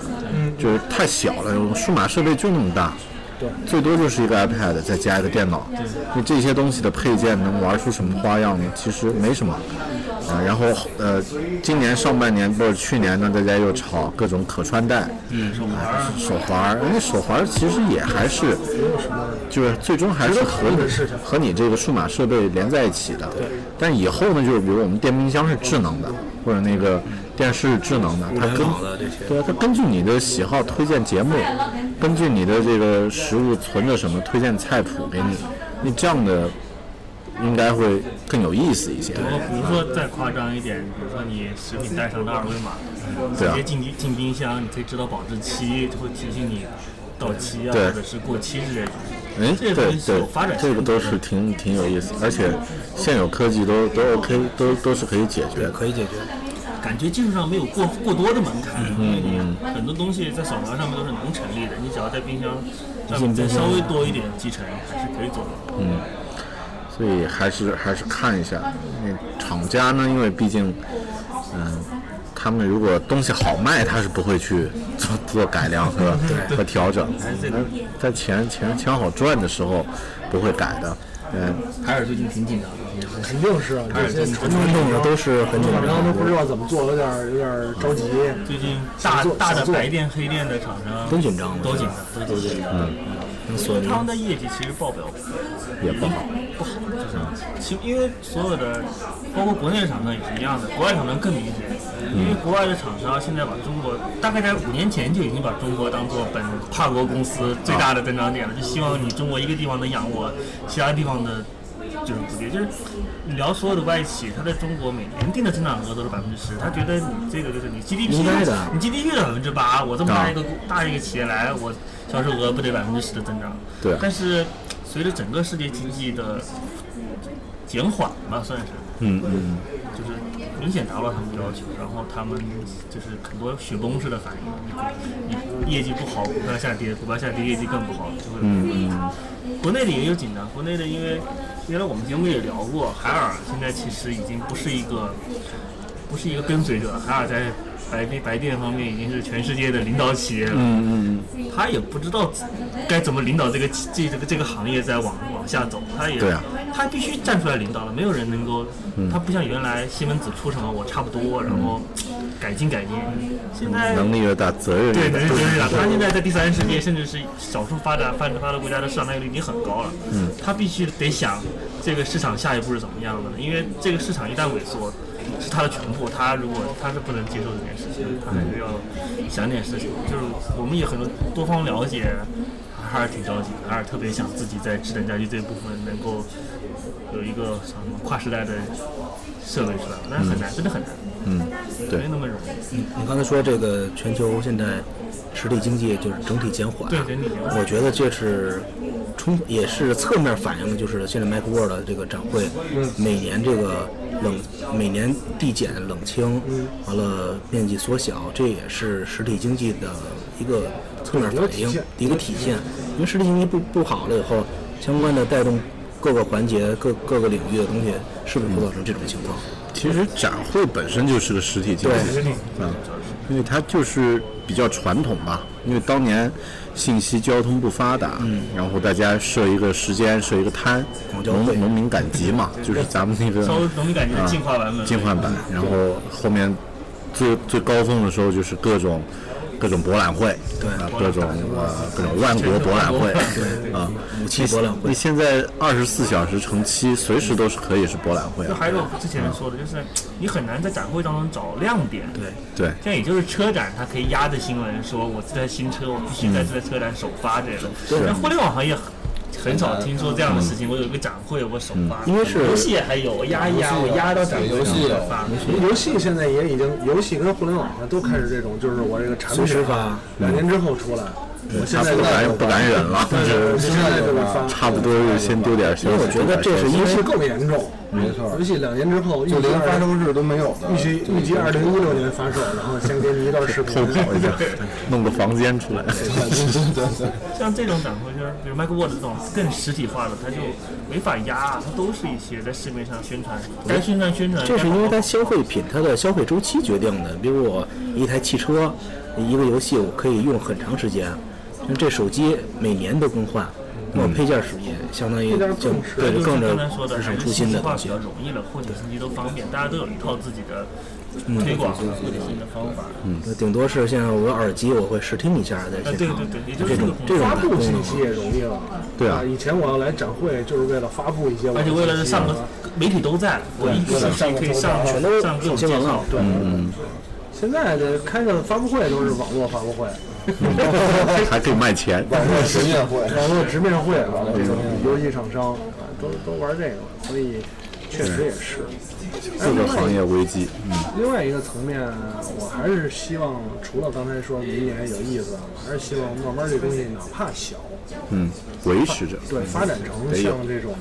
[SPEAKER 1] 就是太小了，数码设备就那么大，最多就是一个 iPad 再加一个电脑，那这些东西的配件能玩出什么花样呢？其实没什么。啊、然后呃，今年上半年不是去年呢，大家又炒各种可穿戴，嗯，啊、手环儿，那手环儿其实也还是，就是最终还是和你和你这个数码设备连在一起的。对。但以后呢，就是比如我们电冰箱是智能的，或者那个电视是智能的，它跟对啊，它根据你的喜好推荐节目，根据你的这个食物存着什么推荐菜谱给你，你这样的应该会更有意思一些。
[SPEAKER 4] 然后比如说再夸张一点，比如说你食品带上的二维码，直
[SPEAKER 1] 对啊
[SPEAKER 4] 接进冰进冰箱，你可以知道保质期，就会提醒你到期啊，
[SPEAKER 1] 对
[SPEAKER 4] 或者是过期之类的。
[SPEAKER 1] 哎，
[SPEAKER 4] 这
[SPEAKER 1] 对
[SPEAKER 4] 个东西
[SPEAKER 1] 对
[SPEAKER 4] 有发展，性
[SPEAKER 1] 这个都是挺挺有意思，而且现有科技都都 OK，都都是可以解决的。
[SPEAKER 5] 可以解决。
[SPEAKER 4] 感觉技术上没有过过多的门槛，因为你很多东西在手环上面都是能成立的，你只要在冰箱上面再稍微多一点集成，还是可以做到。
[SPEAKER 1] 所以还是还是看一下。那厂家呢，因为毕竟，嗯、他们如果东西好卖，他是不会去做做改良和和调整。在钱钱钱好赚的时候，不会改的。嗯，
[SPEAKER 4] 海尔最近挺紧张的，
[SPEAKER 3] 肯定是啊，这些传统
[SPEAKER 5] 弄的都是很紧
[SPEAKER 3] 厂商都
[SPEAKER 5] 张
[SPEAKER 3] 不知道怎么做，有点有点着急。
[SPEAKER 4] 最近大大的白店黑店的厂商
[SPEAKER 5] 都紧张了嗯
[SPEAKER 4] 都紧张，都紧张。
[SPEAKER 5] 的，索尼
[SPEAKER 4] 他们的业绩其实报表
[SPEAKER 1] 也不好。
[SPEAKER 4] 其因为所有的，包括国内的厂商也是一样的，国外厂商更明显，因为国外
[SPEAKER 5] 嗯
[SPEAKER 4] 的厂商现在把中国，大概在五年前就已经把中国当做本跨国公司最大的增长点了，就希望你中国一个地方能养活其他地方的。就是补贴，就是你聊所有的外企，它在中国每年定的增长额都是百分之十，他觉得你这个就是你 GDP，
[SPEAKER 5] 应该的
[SPEAKER 4] 你 GDP 的百分之八，我这么大
[SPEAKER 1] 啊
[SPEAKER 4] 一个大一个企业来，我销售额不得百分之十的增长？
[SPEAKER 1] 对啊
[SPEAKER 4] 但是随着整个世界经济的减缓吧，算是，
[SPEAKER 1] 嗯嗯，
[SPEAKER 4] 就是明显达不到他们的要求，然后他们就是很多雪崩式的反应，你业绩不好，股票下跌，股票下跌，业绩更不好，就会。嗯国内的也有紧张，国内的因为原来我们节目也聊过，海尔现在其实已经不是一个不是一个跟随者了，海尔在白电白电方面已经是全世界的领导企业了。嗯嗯，他也不知道该怎么领导这个企这这个这个行业在往往下走，他也
[SPEAKER 1] 对啊
[SPEAKER 4] 他必须站出来领导了，没有人能够，他不像原来西门子出什么我差不多，然后改进改进，现在
[SPEAKER 1] 能力越大，责任越
[SPEAKER 4] 对
[SPEAKER 1] 大
[SPEAKER 4] 对。对对了，他现在在第三世界，甚至是少数发达发发达国家的市场占有率已经很高了。嗯，他必须得想这个市场下一步是怎么样的，因为这个市场一旦萎缩，是他的全部。他如果他是不能接受这件事情，他还是要想点事情。就是我们也很多多方了解，还是挺着急的，还是特别想自己在智能家居这部分能够有一个什么跨时代的设备出来，但是很难，真的很难，
[SPEAKER 1] 嗯，对
[SPEAKER 4] 没那么容易。
[SPEAKER 5] 你刚才说这个全球现在实体经济就是整体减缓，
[SPEAKER 4] 对整体减缓
[SPEAKER 5] 我觉得这是冲也是侧面反映，就是现在 Mac World 的这个展会，
[SPEAKER 4] 嗯
[SPEAKER 5] 每年这个冷每年递减冷清，
[SPEAKER 4] 嗯
[SPEAKER 5] 完了面积缩小，这也是实体经济的一个侧面反映
[SPEAKER 3] 现，
[SPEAKER 5] 一个体现。因为实体经济不不好了以后，相关的带动各个环节、各各个领域的东西，是不是会造成这种情况？
[SPEAKER 1] 其实展会本身就是个实体经济，嗯，因为它就是比较传统吧。因为当年信息交通不发达，然后大家设一个时间，设一个摊，
[SPEAKER 5] 交会
[SPEAKER 1] 农农民赶集嘛，就是咱们那个
[SPEAKER 4] 稍微容易感觉
[SPEAKER 1] 啊
[SPEAKER 4] 进化版本，
[SPEAKER 1] 进化版，然后后面最最高峰的时候就是各种各种博览会，对啊，各种呃各种万国博览会，啊，
[SPEAKER 5] 武器博览会
[SPEAKER 1] 你现在二十四小时乘七，随时都是可以是博览会
[SPEAKER 4] 就
[SPEAKER 1] 啊，
[SPEAKER 4] 还有我之前说的，就是你很难在展会当中找亮点。
[SPEAKER 5] 对，
[SPEAKER 1] 对。
[SPEAKER 4] 现在也就是车展，它可以压着新闻说，我这台新车我必须在这台车展首发这种。但互联网行业很很少听说这样的事情，我有一个展会我首发。
[SPEAKER 5] 因为是
[SPEAKER 4] 游戏也还有，我压一压，我压到展会上
[SPEAKER 2] 游戏有
[SPEAKER 4] 首发。
[SPEAKER 3] 游戏现在也已经，游戏跟互联网上都开始这种，就是我这个产
[SPEAKER 5] 随
[SPEAKER 3] 品
[SPEAKER 5] 时发嗯
[SPEAKER 3] 两年之后出来，我现
[SPEAKER 1] 他
[SPEAKER 3] 在
[SPEAKER 1] 不敢
[SPEAKER 3] 就
[SPEAKER 1] 不敢忍了，
[SPEAKER 3] 我
[SPEAKER 1] 就是
[SPEAKER 3] 现在就得发，
[SPEAKER 1] 差不多就先丢点
[SPEAKER 5] 因
[SPEAKER 1] 消
[SPEAKER 5] 为
[SPEAKER 1] 息。
[SPEAKER 5] 我觉得这是因
[SPEAKER 3] 游戏
[SPEAKER 5] 为
[SPEAKER 3] 更严重，
[SPEAKER 2] 没错
[SPEAKER 3] 游戏两年之后，
[SPEAKER 2] 就
[SPEAKER 3] 预计
[SPEAKER 2] 连发
[SPEAKER 3] 二
[SPEAKER 2] 售日都没有的，
[SPEAKER 3] 预计预计二零一六年发售，然后先给你一段视频
[SPEAKER 1] 偷，跑一下，弄个房间 出来。
[SPEAKER 2] 对对对，
[SPEAKER 4] 像这种展会就是，比如 Mac World 这种更实体化的，它就没法压，它都是一些在市面上宣传，该宣传宣传。
[SPEAKER 5] 这是因为
[SPEAKER 4] 该
[SPEAKER 5] 它消费品它的消费周期决定的。比如我一台汽车，一个游戏我可以用很长时间，那这手机每年都更换，那我配件是也相当于
[SPEAKER 3] 配件
[SPEAKER 5] 就
[SPEAKER 3] 更是
[SPEAKER 5] 对
[SPEAKER 4] 嗯就是
[SPEAKER 5] 更
[SPEAKER 4] 刚
[SPEAKER 5] 着
[SPEAKER 4] 才说的，
[SPEAKER 5] 日
[SPEAKER 4] 还
[SPEAKER 5] 上
[SPEAKER 4] 是
[SPEAKER 5] 出
[SPEAKER 4] 信
[SPEAKER 5] 新
[SPEAKER 4] 息
[SPEAKER 5] 的
[SPEAKER 4] 化
[SPEAKER 5] 东
[SPEAKER 4] 比
[SPEAKER 5] 西
[SPEAKER 4] 较。容易了，获取信息都方便，大家都有一套自己的
[SPEAKER 5] 嗯
[SPEAKER 4] 推广和获取信息的方法。嗯，
[SPEAKER 5] 那顶多是像我耳机，我会试听一下，在现
[SPEAKER 4] 对对
[SPEAKER 5] 场
[SPEAKER 4] 对，也就是
[SPEAKER 5] 这
[SPEAKER 4] 这
[SPEAKER 5] 种
[SPEAKER 4] 个
[SPEAKER 5] 这种
[SPEAKER 3] 发
[SPEAKER 5] 的功
[SPEAKER 3] 布信
[SPEAKER 5] 能。
[SPEAKER 3] 息也容易了。
[SPEAKER 1] 对啊
[SPEAKER 3] 以前我要来展会就是为了发布一些我的
[SPEAKER 4] 而且
[SPEAKER 3] 信息啊，
[SPEAKER 4] 为了上个媒体都在，我一
[SPEAKER 3] 对
[SPEAKER 4] 个信息可以上
[SPEAKER 3] 全
[SPEAKER 5] 都
[SPEAKER 4] 上各种
[SPEAKER 5] 新
[SPEAKER 4] 介
[SPEAKER 5] 闻
[SPEAKER 4] 绍
[SPEAKER 5] 了。
[SPEAKER 3] 对，现在的开个发布会都是网络发布会，
[SPEAKER 5] 啊
[SPEAKER 1] 还可以卖钱。
[SPEAKER 2] 网络实验会，
[SPEAKER 3] 网络直面会，网络直面会游戏厂商啊都都玩这个，所以确实也是。
[SPEAKER 1] 这个行业危机，嗯，
[SPEAKER 3] 另外一个层面，我还是希望，除了刚才说明年有意思，我还是希望慢慢这东西哪怕小，
[SPEAKER 1] 嗯，维持着。
[SPEAKER 3] 对，发展成
[SPEAKER 1] 得有
[SPEAKER 3] 像这种，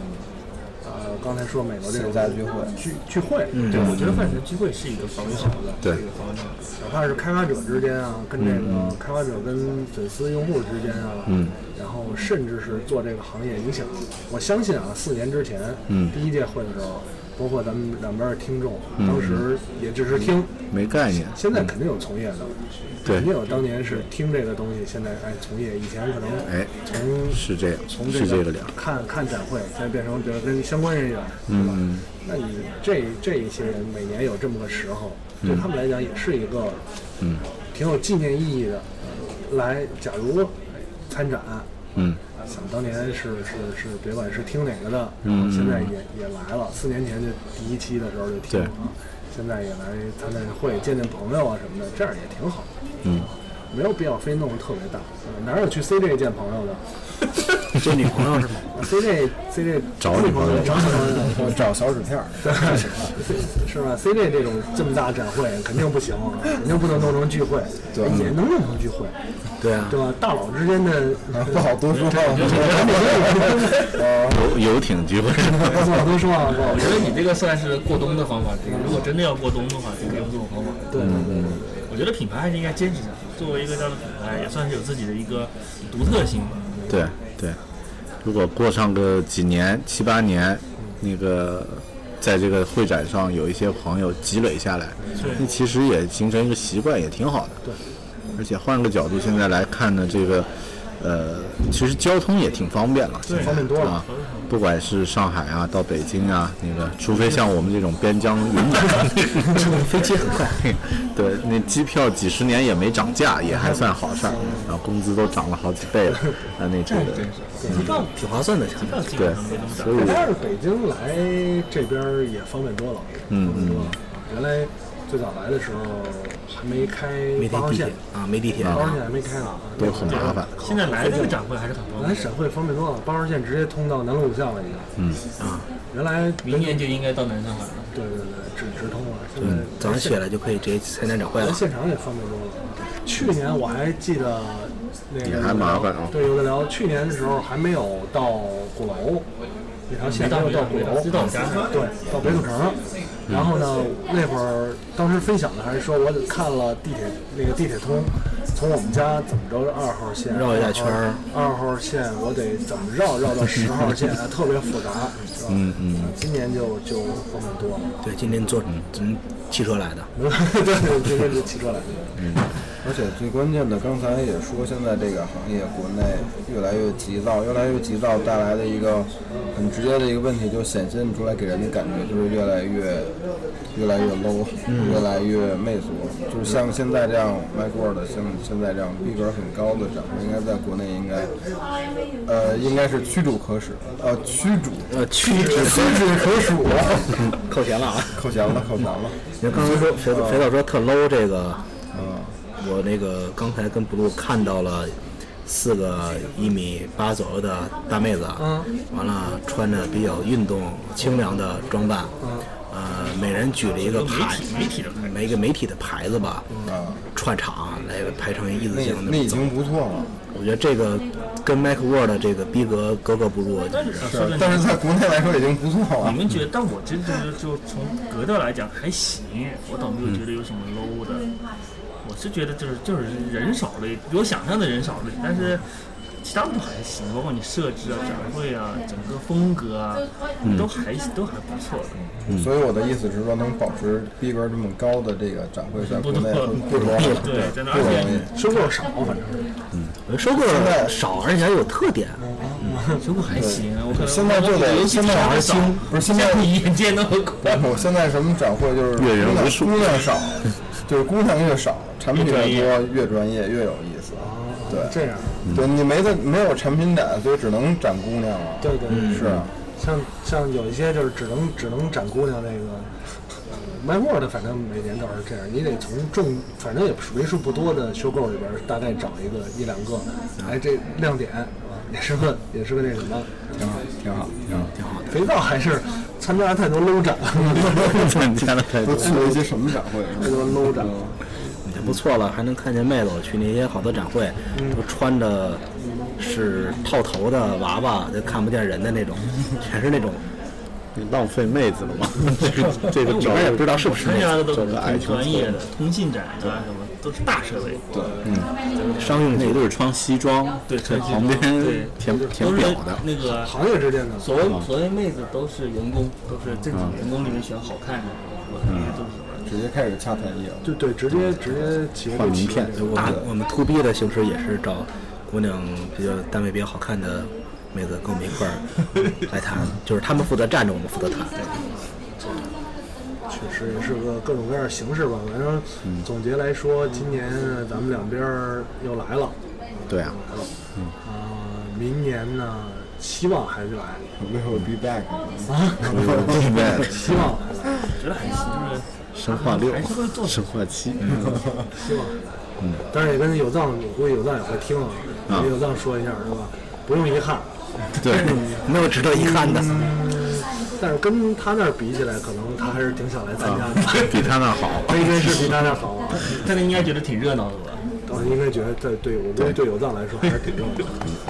[SPEAKER 3] 呃，刚才说美国这种大聚会聚聚会，
[SPEAKER 4] 对，我觉得饭局聚会是一个方向，
[SPEAKER 1] 对
[SPEAKER 4] 是一个方向。
[SPEAKER 3] 哪怕是开发者之间啊，跟这
[SPEAKER 1] 嗯
[SPEAKER 3] 个开发者跟粉丝用户之间啊，嗯，然后甚至是做这个行业，你想，我相信啊，四年之前，嗯，第一届会的时候，包括咱们两边的听众，啊
[SPEAKER 1] 嗯
[SPEAKER 3] 当时也只是听，
[SPEAKER 1] 没概念。
[SPEAKER 3] 现在肯定有从业的，
[SPEAKER 1] 嗯对
[SPEAKER 3] 肯定有当年是听这个东西，现在哎从业，以前可能
[SPEAKER 1] 哎
[SPEAKER 3] 从
[SPEAKER 1] 是这样
[SPEAKER 3] 从
[SPEAKER 1] 是这个理儿
[SPEAKER 3] 看看展会，再变成比如跟相关人员，嗯吧？那你这这一些人每年有这么个时候，对他们来讲也是一个嗯挺有纪念意义的。来，假如哎参展，啊
[SPEAKER 1] 嗯，
[SPEAKER 3] 想当年是是是，别管是听哪个的，然后现在也也来了，四年前就第一期的时候就听了啊，现在也来参展会见见朋友啊什么的，这样也挺好。嗯，没有必要非弄得特别大，呃哪有去 CJ 见朋友的
[SPEAKER 5] 这女朋 友是吗？
[SPEAKER 3] 啊？CJ CJ
[SPEAKER 1] 找女朋友
[SPEAKER 3] 找女朋友。
[SPEAKER 2] 我 找小纸片儿，
[SPEAKER 3] 是吧？CJ 这种这么大展会肯定不行，啊肯定不能弄成聚会，也能弄成聚会，
[SPEAKER 5] 对啊，
[SPEAKER 3] 对吧？大佬之间的
[SPEAKER 2] 不好多说。
[SPEAKER 1] 游游艇聚会，
[SPEAKER 3] 不好多说啊，不好
[SPEAKER 4] 我觉得你这个算是过冬的方法。这个如果真的要过冬的话，就可以用这种方法。嗯
[SPEAKER 3] 对对对对，
[SPEAKER 4] 我觉得品牌还是应该坚持下去。作为一个这样的品牌，也算是有自己的一个独特性吧。
[SPEAKER 1] 对对。如果过上个几年七八年，那个在这个会展上有一些朋友积累下来，那其实也形成一个习惯，也挺好的。对。而且换个角度，现在来看呢，这个，呃，其实交通也挺方便了，现在
[SPEAKER 3] 方便多了
[SPEAKER 1] 啊。不管是上海啊，到北京啊，那个，除非像我们这种边疆云 南，飞机很快。对，那机票几十年也没涨价，也还算好事儿。然后工资都涨了好几倍了，啊，那这个，
[SPEAKER 5] 挺划算的。
[SPEAKER 1] 对，所以
[SPEAKER 3] 但是北京来这边儿也方便多了，
[SPEAKER 1] 嗯
[SPEAKER 3] 方便多了。原来最早来的时候还没开
[SPEAKER 5] 没
[SPEAKER 3] 八
[SPEAKER 5] 地
[SPEAKER 3] 号
[SPEAKER 5] 铁
[SPEAKER 3] 线，
[SPEAKER 5] 啊，没地铁
[SPEAKER 3] 八号线还没开呢，
[SPEAKER 1] 都很麻烦。
[SPEAKER 4] 现在来这个展会还是很方
[SPEAKER 3] 来
[SPEAKER 4] 便。
[SPEAKER 3] 省会方便多了，八号线直接通到南锣鼓巷了已经。嗯啊，原来
[SPEAKER 4] 明年就应该到南上海了。
[SPEAKER 3] 对对对，直直通了，现在
[SPEAKER 5] 早上起来就可以直接参展展会
[SPEAKER 3] 来
[SPEAKER 5] 了。
[SPEAKER 3] 现场也方便多了。去年我还记得那个
[SPEAKER 1] 也还麻烦啊
[SPEAKER 3] 对，有的聊。去年的时候还没有到鼓楼，那条线没有到鼓楼，
[SPEAKER 4] 没到没到没到
[SPEAKER 3] 对，到北土城。然后呢，那会儿当时分享的还是说，我得看了地铁那个地铁通，从我们家怎么着二号线
[SPEAKER 5] 绕一大圈儿，
[SPEAKER 3] 二号线我得怎么绕绕到十号线，啊特别复杂。嗯嗯，今年就就方便多了。
[SPEAKER 5] 对，今天坐嗯汽车来的，
[SPEAKER 3] 对对，今天就骑车来的。
[SPEAKER 2] 而且最关键的，刚才也说，现在这个行业国内越来越急躁，越来越急躁带来的一个很直接的一个问题，就显现出来给人的感觉就是越来越越来越 low，、越来越媚俗。就像现在这样卖过的，像现在这样逼格很高的展会，应该在国内应该呃应该是屈指可数，呃屈指
[SPEAKER 5] 呃，去
[SPEAKER 2] 屈指可数，
[SPEAKER 5] 扣钱了啊！
[SPEAKER 2] 扣钱了，扣钱了。
[SPEAKER 5] 你刚才说肥皂肥皂说特 low 这个，嗯，我那个刚才跟 blue 看到了四个一米八左右的大妹子，嗯，完了穿着比较运动清凉的装扮，嗯，呃，每人举了一个牌，媒体的牌，一个媒体的牌子吧，嗯，串场来排成一字
[SPEAKER 2] 那
[SPEAKER 5] 形
[SPEAKER 2] 那
[SPEAKER 5] 那
[SPEAKER 2] 已
[SPEAKER 5] 种。
[SPEAKER 2] 经不错了，
[SPEAKER 5] 我觉得这个跟 Mac Word 的这个逼格格格不入，
[SPEAKER 2] 是，呃但是在国内来说已经不错了
[SPEAKER 4] 你。们觉得？但我真觉得，就从格调来讲还行，我倒没有觉得有什么 low 的。我是觉得就是就是人少了，比我想象的人少了，但是其他的都还行，包括你设置啊、展会啊、整个风格啊，都还都还不错。
[SPEAKER 2] 所以我的意思是说，能保持逼格这么高的这个展会，在国
[SPEAKER 4] 不多
[SPEAKER 2] 内很不容易，
[SPEAKER 4] 对真的
[SPEAKER 2] 不容易。
[SPEAKER 3] 收购少，反正
[SPEAKER 5] 收购少而且还有特点，
[SPEAKER 4] 结果还行，我可能
[SPEAKER 2] 现在就得现在还
[SPEAKER 4] 还
[SPEAKER 2] 是不是现 在
[SPEAKER 4] 不一眼见到快。
[SPEAKER 2] 我现在什么展会就是
[SPEAKER 1] 阅人
[SPEAKER 2] 姑娘
[SPEAKER 1] 无数
[SPEAKER 2] 姑娘少，就是姑娘越少，产品越
[SPEAKER 4] 越专业
[SPEAKER 2] 多，越专业越有意思。对，
[SPEAKER 3] 这样。
[SPEAKER 2] 对你没的没有产品展，所以只能展姑娘了。
[SPEAKER 3] 对对对，
[SPEAKER 2] 是啊，
[SPEAKER 3] 像像有一些就是只能只能展姑娘那个。卖货的，反正每年都是这样，你得从众，反正也为数不多的收购里边，大概找一个一两个，哎，这亮点是吧也是个也是个那什么，
[SPEAKER 2] 挺好，挺好，挺好。
[SPEAKER 3] 肥皂还是参加太多 low 展，
[SPEAKER 1] 增加了太
[SPEAKER 2] 都
[SPEAKER 1] 多。
[SPEAKER 2] 去了一些什么展会？
[SPEAKER 3] 太多 low 展，
[SPEAKER 5] 也不错了，还能看见妹子。我去那些好多展会，
[SPEAKER 4] 嗯
[SPEAKER 5] 都穿着 是套头的娃娃，就看不见人的那种，全是那种
[SPEAKER 1] 浪费妹子了吗？这 个这个
[SPEAKER 5] 你
[SPEAKER 1] 找
[SPEAKER 5] 们也不知道是不是
[SPEAKER 4] 参加的都
[SPEAKER 1] 找
[SPEAKER 4] 是
[SPEAKER 1] 个矮
[SPEAKER 4] 很
[SPEAKER 1] 穷
[SPEAKER 4] 专业的通信展啊什么，都是大设备，对
[SPEAKER 1] 商用那都是穿西装，
[SPEAKER 4] 对
[SPEAKER 1] 在
[SPEAKER 4] 穿西
[SPEAKER 1] 旁
[SPEAKER 4] 装
[SPEAKER 1] 边
[SPEAKER 4] 对
[SPEAKER 1] 填填
[SPEAKER 4] 都是
[SPEAKER 1] 表的，
[SPEAKER 4] 那个
[SPEAKER 3] 行业之间的。
[SPEAKER 4] 所谓所谓妹子都是员工，都是正
[SPEAKER 5] 嗯
[SPEAKER 4] 经员工里面选好看的，我感觉都是什么。
[SPEAKER 2] 直接开始洽谈业务。
[SPEAKER 3] 就对，直接直接企业就
[SPEAKER 1] 换名
[SPEAKER 3] 起
[SPEAKER 1] 片。
[SPEAKER 5] 大我们 to B 的形式也是找姑娘比较单位比较好看的妹子跟我们一块 儿来谈，就是他们负责站着，我们负责谈。
[SPEAKER 3] 确实也是个各种各样的形式吧。反正
[SPEAKER 1] 嗯
[SPEAKER 3] 总结来说，今年咱们两边儿又来了，
[SPEAKER 1] 对啊，
[SPEAKER 3] 啊、明年呢，希望还是来，
[SPEAKER 2] We will be back。
[SPEAKER 3] 希望还是来，
[SPEAKER 4] 觉得还行，就是
[SPEAKER 1] 生化六
[SPEAKER 4] 还是哎会做，
[SPEAKER 1] 生化 七，
[SPEAKER 3] 希望还是来。但是也跟有藏，我估计有藏也会听啊，
[SPEAKER 1] 啊
[SPEAKER 3] 跟有藏说一下是吧？不用遗憾，
[SPEAKER 1] 对，
[SPEAKER 5] 没有值得遗憾的，
[SPEAKER 3] 但是跟他那儿比起来，可能他还是挺想来参加的。
[SPEAKER 1] 比他那好。
[SPEAKER 3] 没真是比他那儿好啊！
[SPEAKER 4] 但是应该觉得挺热闹的吧？
[SPEAKER 3] 我应该觉得在对我们对有藏来说还是挺重要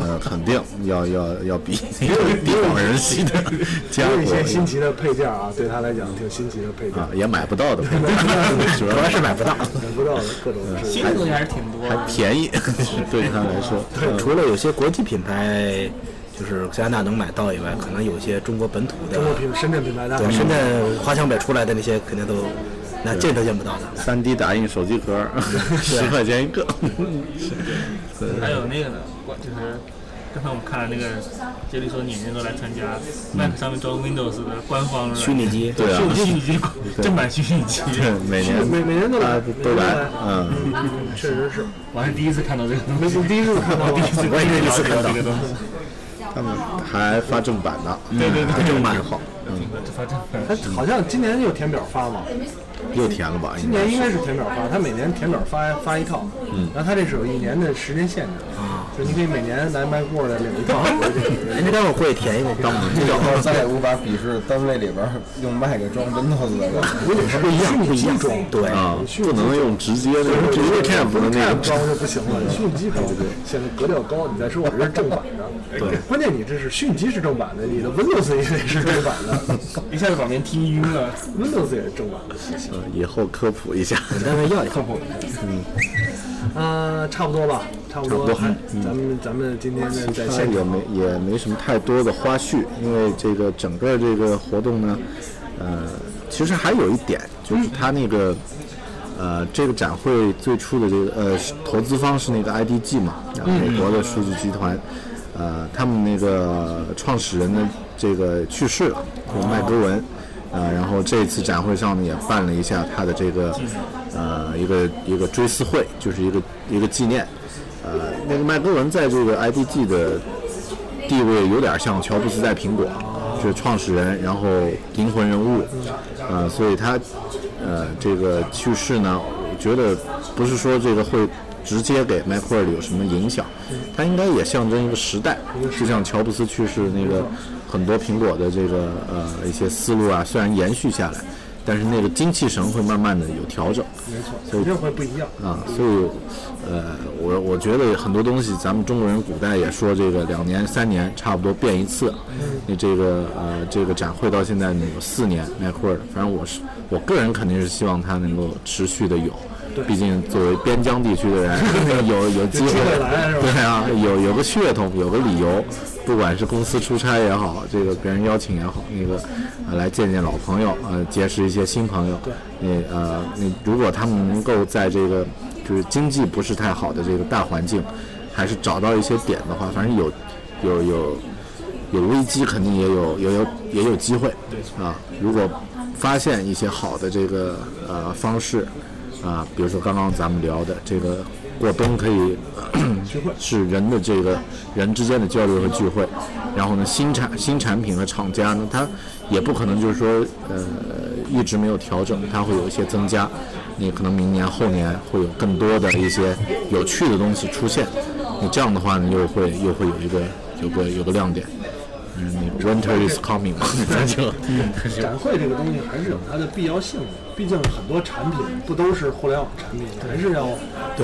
[SPEAKER 3] 的。
[SPEAKER 1] 呃，肯定要要要比那个地广人稀的家
[SPEAKER 3] 也有一些新
[SPEAKER 1] 伙
[SPEAKER 3] 奇的配件啊，对他来讲挺新奇的配件，
[SPEAKER 1] 啊，也买不到的，主要是买不到，
[SPEAKER 3] 想不到的各种是
[SPEAKER 4] 新的东西还是挺多的。
[SPEAKER 1] 便宜对他来说。
[SPEAKER 5] 除了有些国际品牌，就是加拿大能买到以外，可能有些中国本土的
[SPEAKER 3] 中，国品深圳品牌大
[SPEAKER 5] 对深圳华强北出来的那些肯定都那见都见不到的。
[SPEAKER 1] 三 D 打印手机壳儿，十块钱一个，
[SPEAKER 4] 还有那个呢，关就是刚才我们看了那个，杰里说年年都来参加 Mac 上面装 Windows 的官方
[SPEAKER 5] 嗯虚拟机，
[SPEAKER 1] 对啊，
[SPEAKER 4] 虚拟机 正版虚拟机，
[SPEAKER 1] 对，每
[SPEAKER 3] 每
[SPEAKER 1] 年
[SPEAKER 3] 每人都来，
[SPEAKER 1] 都
[SPEAKER 3] 每人
[SPEAKER 1] 来，嗯，
[SPEAKER 3] 确实是，
[SPEAKER 4] 我还是第一次看到这个东
[SPEAKER 3] 没
[SPEAKER 4] 西，
[SPEAKER 3] 我 第一次看到，
[SPEAKER 4] 我也是第一次看到这个东西，
[SPEAKER 1] 他们还发正版的，
[SPEAKER 4] 对对对，正版
[SPEAKER 1] 好，
[SPEAKER 4] 发正版。
[SPEAKER 3] 他好像今年有填表发嘛，
[SPEAKER 1] 又填了吧？
[SPEAKER 3] 今年应该是填表发，他每年填表发发一套，
[SPEAKER 1] 嗯
[SPEAKER 3] 然后他这是有一年的时间限制，
[SPEAKER 1] 啊
[SPEAKER 3] 就你可以每年来 MacWord 领 一套，
[SPEAKER 5] 哎，那待会儿会填一个，当
[SPEAKER 2] 这以后再也无法鄙视单位里边儿用麦克装 Windows 的人。
[SPEAKER 5] 不一样，不一样，对，
[SPEAKER 1] 啊，不能用直接的，直接看不能那
[SPEAKER 3] 看
[SPEAKER 1] 个，
[SPEAKER 3] 装就不行了，虚拟机装显得格调高，你再说我这是正版的，对，关键你这是虚拟机是正版的，你的 Windows 也得是正版的
[SPEAKER 4] 一下子把别人听晕了，
[SPEAKER 3] ，Windows 也是正版的。
[SPEAKER 1] 嗯以后科普一下，
[SPEAKER 5] 单位要一套。
[SPEAKER 3] 啊，差不多吧，差不多。还咱们咱们今天的 在
[SPEAKER 1] 它
[SPEAKER 3] 现
[SPEAKER 1] 也
[SPEAKER 3] 场
[SPEAKER 1] 没也没什么太多的花絮，因为这个整个这个活动呢，呃，其实还有一点就是它那个。呃，这个展会最初的这个呃是投资方是那个 IDG 嘛，啊美国的数据集团，呃，他们那个创始人的这个去世了，就是麦格文，呃，然后这次展会上呢也办了一下他的这个呃一个一个追思会，就是一个一个纪念，呃，那个麦格文在这个 IDG 的地位有点像乔布斯在苹果，是创始人，然后灵魂人物，呃，所以他呃这个去世呢，我觉得不是说这个会直接给 Macworld 有什么影响，它应该也象征一个时代，就像乔布斯去世那个很多苹果的这个呃一些思路啊，虽然延续下来，但是那个精气神会慢慢的有调整，没错，所以
[SPEAKER 3] 肯定会不一样。
[SPEAKER 1] 啊，所以，呃，我我觉得很多东西，咱们中国人古代也说这个两年三年差不多变一次，
[SPEAKER 3] 嗯
[SPEAKER 1] 你这个呃这个展会到现在呢有四年 m a c w o r d 反正我是我个人肯定是希望它能够持续的有，毕竟作为边疆地区的 人有有机会
[SPEAKER 3] 机会来是吧
[SPEAKER 1] 对啊，有有个血统，有个理由，不管是公司出差也好，这个别人邀请也好，那个、呃、来见见老朋友，呃，结识一些新朋友。你呃，你如果他们能够在这个就是经济不是太好的这个大环境，还是找到一些点的话，反正有有有有危机，肯定也有也有也有机会。对啊，如果发现一些好的这个呃方式。啊，比如说刚刚咱们聊的这个过冬可以是人的这个人之间的交流和聚会，然后呢，新产新产品和厂家呢，它也不可能就是说呃一直没有调整，它会有一些增加，你可能明年后年会有更多的一些有趣的东西出现，你这样的话呢，又会又会有一个有个有个亮点。嗯，那个 Winter is coming 嘛，咱 就
[SPEAKER 3] 展会这个东西还是有它的必要性的，毕竟很多产品不都是互联网产品，还是要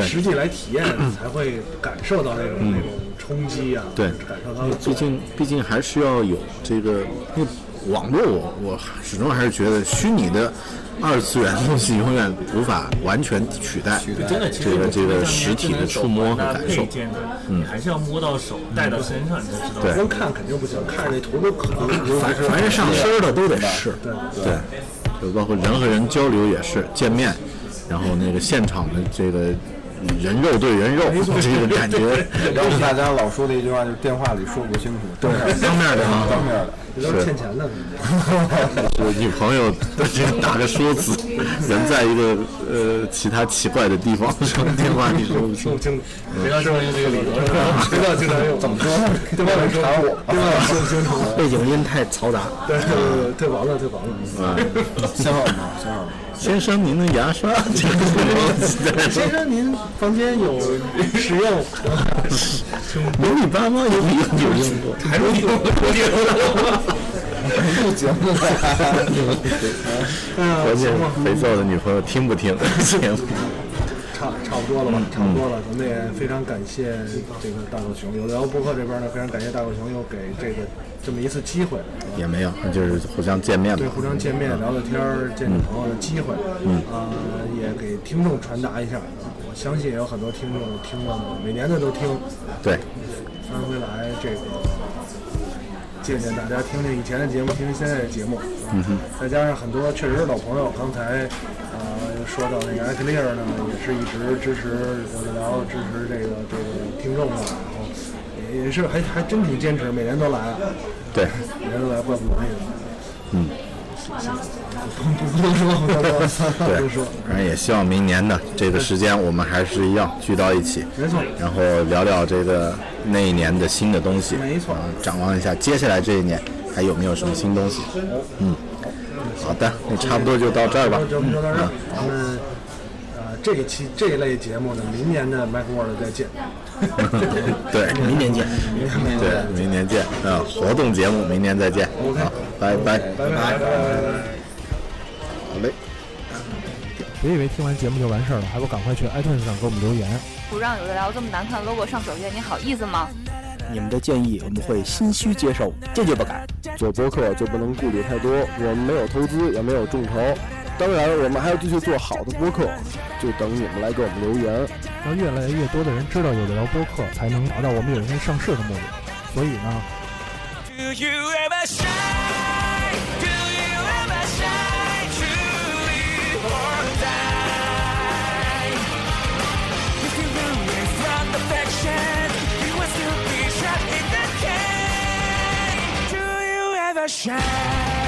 [SPEAKER 3] 实际来体验才会感受到那种那种冲击啊，
[SPEAKER 1] 对
[SPEAKER 4] 嗯
[SPEAKER 3] 感受到那种
[SPEAKER 1] 毕竟毕竟还是要有这个，因为网络我我始终还是觉得虚拟的二次元东西永远无法完全取代
[SPEAKER 4] 真的，其实
[SPEAKER 1] 这个
[SPEAKER 4] 你
[SPEAKER 1] 这
[SPEAKER 4] 不
[SPEAKER 1] 个
[SPEAKER 4] 能啊
[SPEAKER 1] 实体的触摸和感受
[SPEAKER 4] 配。件的，
[SPEAKER 5] 嗯
[SPEAKER 4] 你还是要摸到手，戴到身上，你才知道。
[SPEAKER 1] 对
[SPEAKER 3] 光看肯定不行，看着那图都可能不
[SPEAKER 1] 哎
[SPEAKER 5] 凡凡是上身的都得试，
[SPEAKER 1] 对，就包括人和人交流也是见面，然后那个现场的这个人肉对人肉，这个感觉
[SPEAKER 2] 要是大家老说的一句话就是电话里说不清楚，当面儿
[SPEAKER 1] 当面儿的啊
[SPEAKER 2] 当面儿的。
[SPEAKER 3] 这都是欠钱的。
[SPEAKER 1] 就女朋友这个打个说辞，人在一个呃其他奇怪的地方，说电话里说不清。
[SPEAKER 3] 清楚，谁要经常用这个理由是吧？谁要经常用？怎么说？对方来说
[SPEAKER 2] 查我
[SPEAKER 3] 对方也说不清楚。
[SPEAKER 5] 背景音太嘈杂。
[SPEAKER 3] 对对对对，对完了，对完了。
[SPEAKER 2] 信号吗？信号吗？
[SPEAKER 1] 先生，您的牙刷，这个东西在
[SPEAKER 3] 先生，您房间有实验？
[SPEAKER 1] 有你爸妈有有有用过，还有用过。
[SPEAKER 2] 录节目了，
[SPEAKER 3] 哎呀，
[SPEAKER 1] 关键
[SPEAKER 3] 行吧，
[SPEAKER 1] 肥皂的女朋友听不听节目？
[SPEAKER 3] 差差不多了吧，差不多了。咱们也非常感谢这个大狗熊，有聊播客这边呢，非常感谢大狗熊又给这个这么一次机会，
[SPEAKER 1] 也没有，就是互相见面
[SPEAKER 3] 对
[SPEAKER 1] 嘛。
[SPEAKER 3] 互相见面聊聊天儿、见见朋友的机会，嗯，啊，也给听众传达一下。我相信也有很多听众听了，每年的都听，
[SPEAKER 1] 对，
[SPEAKER 3] 翻回来这个借鉴大家听听以前的节目，听听现在的节目，嗯哼，再加上很多确实是老朋友，刚才呃说到那个艾克利尔呢，也是一直支持我们聊，支持这个这个听众的，然后也也是哎还还真挺坚持，每年都来啊，
[SPEAKER 1] 对，
[SPEAKER 3] 每年都来，怪不容易的。嗯， 不不不能说，不能说，不
[SPEAKER 1] 对
[SPEAKER 3] 能说，，
[SPEAKER 1] 反正也希望明年呢，这个时间我们还是一样聚到一起，
[SPEAKER 3] 没错，
[SPEAKER 1] 然后聊聊这个那一年的新的东西，
[SPEAKER 3] 没错
[SPEAKER 1] 然后展望一下接下来这一年还有没有什么新东西。嗯，好的，那差不多就到这儿吧。
[SPEAKER 3] 就就到这儿，咱们呃这一期这一类节目呢，明年的 Mac World 再见。
[SPEAKER 1] 嗯对，明年见。对，明年见。啊，活动节目明年再见。好，拜拜，拜拜，
[SPEAKER 6] 呃
[SPEAKER 1] 好嘞。
[SPEAKER 6] 别以为听完节目就完事儿了，还不赶快去 iTunes 上给我们留言。
[SPEAKER 7] 不让有的聊这么难看的 logo 上首页，你好意思吗？
[SPEAKER 5] 你们的建议我们会心虚接受，坚决不改。
[SPEAKER 8] 做播客就不能顾虑太多，我们没有投资，也没有众筹，当然我们还要继续做好的播客，就等你们来给我们留言。
[SPEAKER 6] 让越来越多的人知道有的聊播客，才能达到我们有一天上市的目的。所以呢，
[SPEAKER 9] Shine.